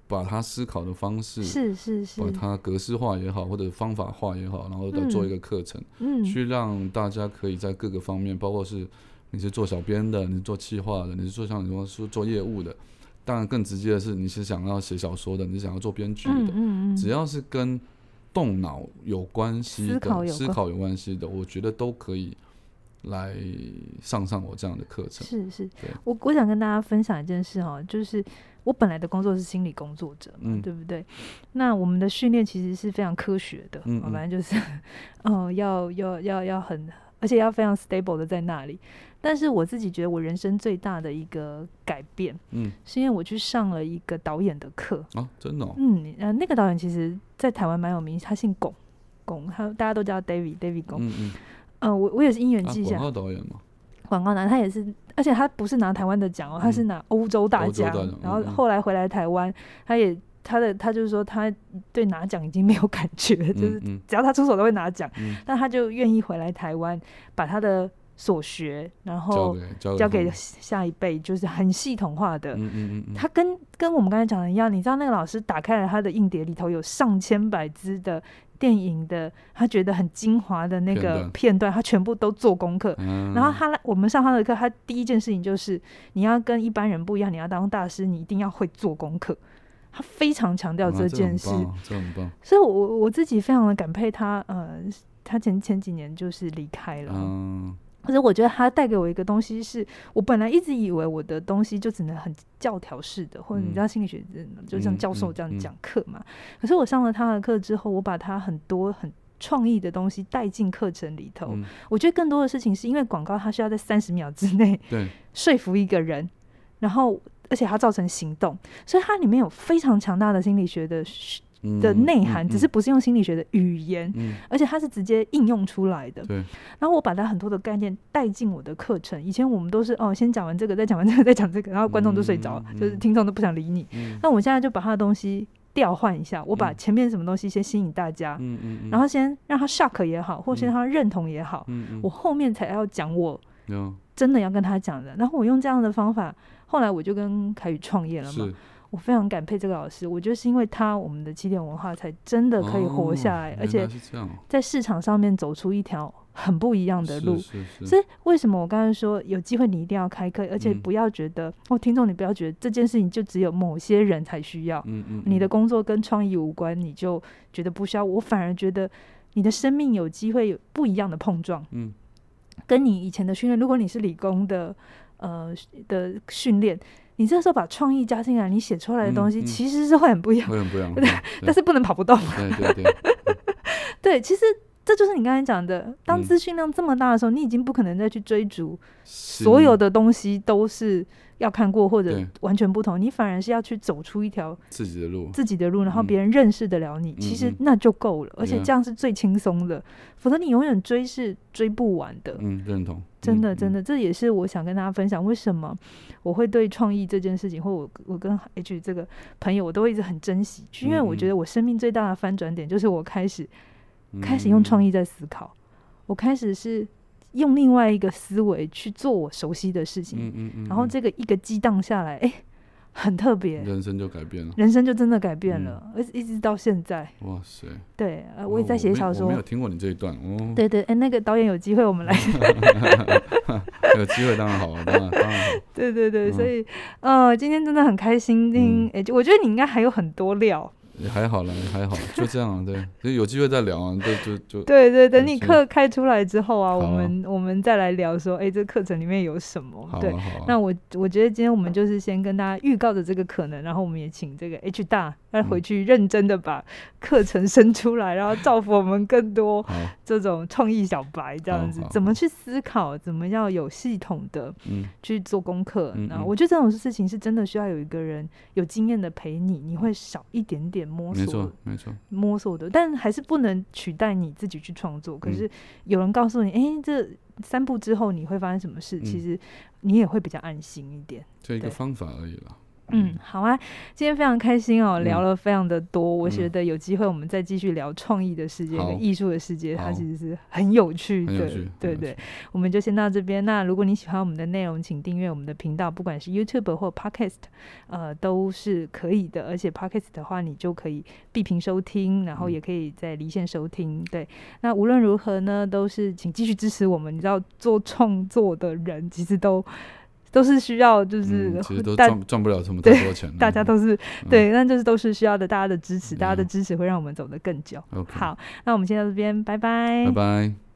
[SPEAKER 2] 把它思考的方式，
[SPEAKER 1] 是是是
[SPEAKER 2] 把，它格式化也好，或者方法化也好，然后再做一个课程，
[SPEAKER 1] 嗯
[SPEAKER 2] 去让大家可以在各个方面，包括是你是做小编的，你是做企划的，你是做像你说是做业务的，当然更直接的是你是想要写小说的，你是想要做编剧的，
[SPEAKER 1] 嗯嗯
[SPEAKER 2] 只
[SPEAKER 1] 嗯，
[SPEAKER 2] 要是跟动脑有关系
[SPEAKER 1] 思
[SPEAKER 2] 的、
[SPEAKER 1] 考有
[SPEAKER 2] 思
[SPEAKER 1] 关
[SPEAKER 2] 考有关系的，我觉得都可以来上上我这样的课程。
[SPEAKER 1] 是是
[SPEAKER 2] 对，
[SPEAKER 1] 我我想跟大家分享一件事哈，就是我本来的工作是心理工作者嘛，
[SPEAKER 2] 嗯
[SPEAKER 1] 对不对？那我们的训练其实是非常科学的，
[SPEAKER 2] 嗯
[SPEAKER 1] 啊
[SPEAKER 2] 嗯
[SPEAKER 1] 反正就是，呃，要要要要很，而且要非常 stable 的在那里。但是我自己觉得我人生最大的一个改变，
[SPEAKER 2] 嗯，
[SPEAKER 1] 是因为我去上了一个导演的课，
[SPEAKER 2] 啊，真的、哦，
[SPEAKER 1] 嗯，呃，那个导演其实在台湾蛮有名，他姓龚，龚，他大家都叫他 David David 龚。
[SPEAKER 2] 嗯嗯，
[SPEAKER 1] 呃，我我也是因缘
[SPEAKER 2] 啊，
[SPEAKER 1] 际
[SPEAKER 2] 广
[SPEAKER 1] 下，
[SPEAKER 2] 告导演嘛，
[SPEAKER 1] 广告男他也是，而且他不是拿台湾的奖哦，他是
[SPEAKER 2] 嗯
[SPEAKER 1] 拿欧洲大
[SPEAKER 2] 欧洲
[SPEAKER 1] 奖
[SPEAKER 2] 大奖，
[SPEAKER 1] 然
[SPEAKER 2] 嗯
[SPEAKER 1] 后
[SPEAKER 2] 嗯
[SPEAKER 1] 后来回来台湾，他也他的他就是说他对拿奖已经没有感觉，就是
[SPEAKER 2] 嗯嗯
[SPEAKER 1] 只要他出手都会拿奖，
[SPEAKER 2] 嗯，
[SPEAKER 1] 但他就愿意回来台湾，把他的所学，然
[SPEAKER 2] 交
[SPEAKER 1] 后
[SPEAKER 2] 给交
[SPEAKER 1] 交
[SPEAKER 2] 给
[SPEAKER 1] 给
[SPEAKER 2] 他们
[SPEAKER 1] 下一辈，就是很系统化的，
[SPEAKER 2] 嗯嗯嗯嗯，
[SPEAKER 1] 他跟跟我们刚才讲的一样，你知道那个老师打开了他的硬碟，里头有上千百支的电影的，他觉得很精华的那
[SPEAKER 2] 片
[SPEAKER 1] 个
[SPEAKER 2] 段
[SPEAKER 1] 片段，他全部都做功课。
[SPEAKER 2] 嗯，
[SPEAKER 1] 然后他来我们上他的课，他第一件事情就是你要跟一般人不一样，你要当大师，你一定要会做功课。他非常强调
[SPEAKER 2] 啊
[SPEAKER 1] 这件事，
[SPEAKER 2] 这很棒啊，这很棒，
[SPEAKER 1] 所以我我我自己非常的感佩他。呃，他前前几年就是离开了，
[SPEAKER 2] 嗯，
[SPEAKER 1] 可是我觉得它带给我一个东西是，我本来一直以为我的东西就只能很教条式的，或者你
[SPEAKER 2] 嗯
[SPEAKER 1] 知道心理学嗯就像
[SPEAKER 2] 嗯
[SPEAKER 1] 教授
[SPEAKER 2] 嗯
[SPEAKER 1] 这样
[SPEAKER 2] 嗯
[SPEAKER 1] 讲课嘛。可是我上了他的课之后，我把他很多很创意的东西带进课程里头。
[SPEAKER 2] 嗯
[SPEAKER 1] 我觉得更多的事情是因为广告它需要在三十秒之内
[SPEAKER 2] 对，
[SPEAKER 1] 说服一个人，然后而且它造成行动，所以它里面有非常强大的心理学的
[SPEAKER 2] 嗯
[SPEAKER 1] 的
[SPEAKER 2] 嗯
[SPEAKER 1] 内
[SPEAKER 2] 嗯
[SPEAKER 1] 涵，只
[SPEAKER 2] 嗯
[SPEAKER 1] 是不是用心理学的语言，
[SPEAKER 2] 嗯，
[SPEAKER 1] 而且它是直接应用出来的。
[SPEAKER 2] 对，
[SPEAKER 1] 然后我把它很多的概念带进我的课程。以前我们都是哦，先讲完这个，再讲完这个，再讲这个，然后观众都睡着了，
[SPEAKER 2] 嗯
[SPEAKER 1] 就是听众都不想理你。
[SPEAKER 2] 嗯
[SPEAKER 1] 那我现在就把他的东西调换一下，我把
[SPEAKER 2] 嗯
[SPEAKER 1] 前面什么东西先吸引大家，
[SPEAKER 2] 嗯嗯嗯，
[SPEAKER 1] 然后先让他 shock 也好，或先让他认同也好，
[SPEAKER 2] 嗯嗯，
[SPEAKER 1] 我后面才要讲我
[SPEAKER 2] 有
[SPEAKER 1] 真的要跟他讲的。然后我用这样的方法，后来我就跟凯宇创业了嘛。
[SPEAKER 2] 是
[SPEAKER 1] 我非常感佩这个老师，我觉得是因为他，我们的起点文化才真的可以活下
[SPEAKER 2] 哦
[SPEAKER 1] 来，而
[SPEAKER 2] 原
[SPEAKER 1] 且
[SPEAKER 2] 来是这样哦
[SPEAKER 1] 在市场上面走出一条很不一样的
[SPEAKER 2] 是
[SPEAKER 1] 路。
[SPEAKER 2] 是是，
[SPEAKER 1] 所以为什么我刚才说有机会你一定要开课，而且
[SPEAKER 2] 嗯
[SPEAKER 1] 不要觉得、哦，听众你不要觉得这件事情就只有某些人才需要，
[SPEAKER 2] 嗯嗯，
[SPEAKER 1] 你的
[SPEAKER 2] 嗯
[SPEAKER 1] 工作跟创意无关，你就觉得不需要。我反而觉得你的生命有机会有不一样的碰撞，
[SPEAKER 2] 嗯
[SPEAKER 1] 跟你以前的训练，如果你是理工的呃的训练，你这时候把创意加进来，你写出来的东西
[SPEAKER 2] 嗯嗯
[SPEAKER 1] 其实是会很不一样，
[SPEAKER 2] 会很不一样，
[SPEAKER 1] 对 但是不能跑不动。
[SPEAKER 2] 对对对，
[SPEAKER 1] 对，其实。这就是你刚才讲的，当
[SPEAKER 2] 嗯
[SPEAKER 1] 资讯量这么大的时候，你已经不可能再去追逐
[SPEAKER 2] 所
[SPEAKER 1] 所有的东西都是要看过或者
[SPEAKER 2] 对
[SPEAKER 1] 完全不同，你反而是要去走出一条
[SPEAKER 2] 自己的路，
[SPEAKER 1] 自己的路，然后
[SPEAKER 2] 嗯
[SPEAKER 1] 别人认识得了你，其
[SPEAKER 2] 嗯
[SPEAKER 1] 实
[SPEAKER 2] 嗯
[SPEAKER 1] 那就够了，而且
[SPEAKER 2] Yeah
[SPEAKER 1] 这样是最轻松的，否则你永远追是追不完的。
[SPEAKER 2] 嗯，认同，
[SPEAKER 1] 真的，
[SPEAKER 2] 嗯
[SPEAKER 1] 真，
[SPEAKER 2] 嗯
[SPEAKER 1] 的，这也是我想跟大家分享，为什么我会对创意这件事情，或我我跟 H 这个朋友，我都会一直很珍惜，因为
[SPEAKER 2] 嗯
[SPEAKER 1] 我
[SPEAKER 2] 嗯
[SPEAKER 1] 觉得我生命最大的翻转点，就是我开始
[SPEAKER 2] 嗯
[SPEAKER 1] 开始用创
[SPEAKER 2] 意，
[SPEAKER 1] 意在思考，我开始是用另外一个思维去做我熟悉的事情，
[SPEAKER 2] 嗯嗯嗯，
[SPEAKER 1] 然后
[SPEAKER 2] 嗯
[SPEAKER 1] 这个一个激荡下来，哎，很特别，
[SPEAKER 2] 人生就改变了，
[SPEAKER 1] 人生就真的改变
[SPEAKER 2] 嗯
[SPEAKER 1] 了，而一直到现在，
[SPEAKER 2] 哇塞！
[SPEAKER 1] 对，呃，
[SPEAKER 2] 哦
[SPEAKER 1] 我也在写
[SPEAKER 2] 没
[SPEAKER 1] 小
[SPEAKER 2] 我
[SPEAKER 1] 说
[SPEAKER 2] 没有，听过你嗯这一段哦。
[SPEAKER 1] 对对，哎，那个导演有机会我们来
[SPEAKER 2] 有机会当然好啊，当然当然好。
[SPEAKER 1] 对对对，
[SPEAKER 2] 嗯
[SPEAKER 1] 所以呃，今天真的很开心听，诶，就我觉得你应该还有很多料。
[SPEAKER 2] 也还好啦，也还好，就这样啊，对，就有机会再聊啊，就就就，
[SPEAKER 1] 对对，等你
[SPEAKER 2] 是
[SPEAKER 1] 课开出来之后啊，
[SPEAKER 2] 好
[SPEAKER 1] 我
[SPEAKER 2] 啊
[SPEAKER 1] 们我们再来聊说，诶，这课程里面有什么？
[SPEAKER 2] 好
[SPEAKER 1] 对
[SPEAKER 2] 啊，，好啊，
[SPEAKER 1] 那我我觉得今天我们就是先跟大家预告的这个可能，然后我们也请这个 H 大那
[SPEAKER 2] 嗯
[SPEAKER 1] 回去认真的把课程生出来，然后造福我们更多
[SPEAKER 2] 好，
[SPEAKER 1] 这种创意小白这样
[SPEAKER 2] 好
[SPEAKER 1] 子
[SPEAKER 2] 好，
[SPEAKER 1] 怎么去思考，怎么要有系统的
[SPEAKER 2] 嗯，
[SPEAKER 1] 去做功课。
[SPEAKER 2] 嗯
[SPEAKER 1] 那
[SPEAKER 2] 嗯
[SPEAKER 1] 我觉得这种事情是真的需要有一个人有经验的陪你，你会少一点点摸
[SPEAKER 2] 没错
[SPEAKER 1] 索
[SPEAKER 2] 没错，
[SPEAKER 1] 摸索的，但还是不能取代你自己去创作。可
[SPEAKER 2] 嗯
[SPEAKER 1] 是有人告诉你，哎、这三步之后你会发生什么事，其
[SPEAKER 2] 嗯
[SPEAKER 1] 实你也会比较安心一点。
[SPEAKER 2] 就一个
[SPEAKER 1] 对
[SPEAKER 2] 方法而已啦。
[SPEAKER 1] 嗯，好啊，今天非常开心哦，聊
[SPEAKER 2] 嗯
[SPEAKER 1] 了非常的多。我觉
[SPEAKER 2] 嗯
[SPEAKER 1] 得有机会我们再继续聊创意的世界
[SPEAKER 2] 好
[SPEAKER 1] 跟艺术的世界，它
[SPEAKER 2] 好
[SPEAKER 1] 其实是很有趣
[SPEAKER 2] 很有
[SPEAKER 1] 的。
[SPEAKER 2] 趣很
[SPEAKER 1] 对
[SPEAKER 2] 有
[SPEAKER 1] 对
[SPEAKER 2] 趣，
[SPEAKER 1] 我们就先到这边。那如果你喜欢我们的内容，请订阅我们的频道，不管是 YouTube 或 Podcast，呃，都是可以的。而且 Podcast 的话，你就可以闭屏收听，然后
[SPEAKER 2] 嗯
[SPEAKER 1] 也可以在离线收听。对，那无论如何呢，都是请继续支持我们。你知道，做创作的人其实都。都是需要，就是、
[SPEAKER 2] 嗯，其实都
[SPEAKER 1] 大
[SPEAKER 2] 赚赚不了什么太多钱了，
[SPEAKER 1] 大家都是、
[SPEAKER 2] 嗯
[SPEAKER 1] 对，那就是都是需要的，大家的支持，大家的
[SPEAKER 2] 嗯
[SPEAKER 1] 支持会让我们走得更久。
[SPEAKER 2] OK，
[SPEAKER 1] 好，那我们先到这边，拜拜
[SPEAKER 2] 拜拜。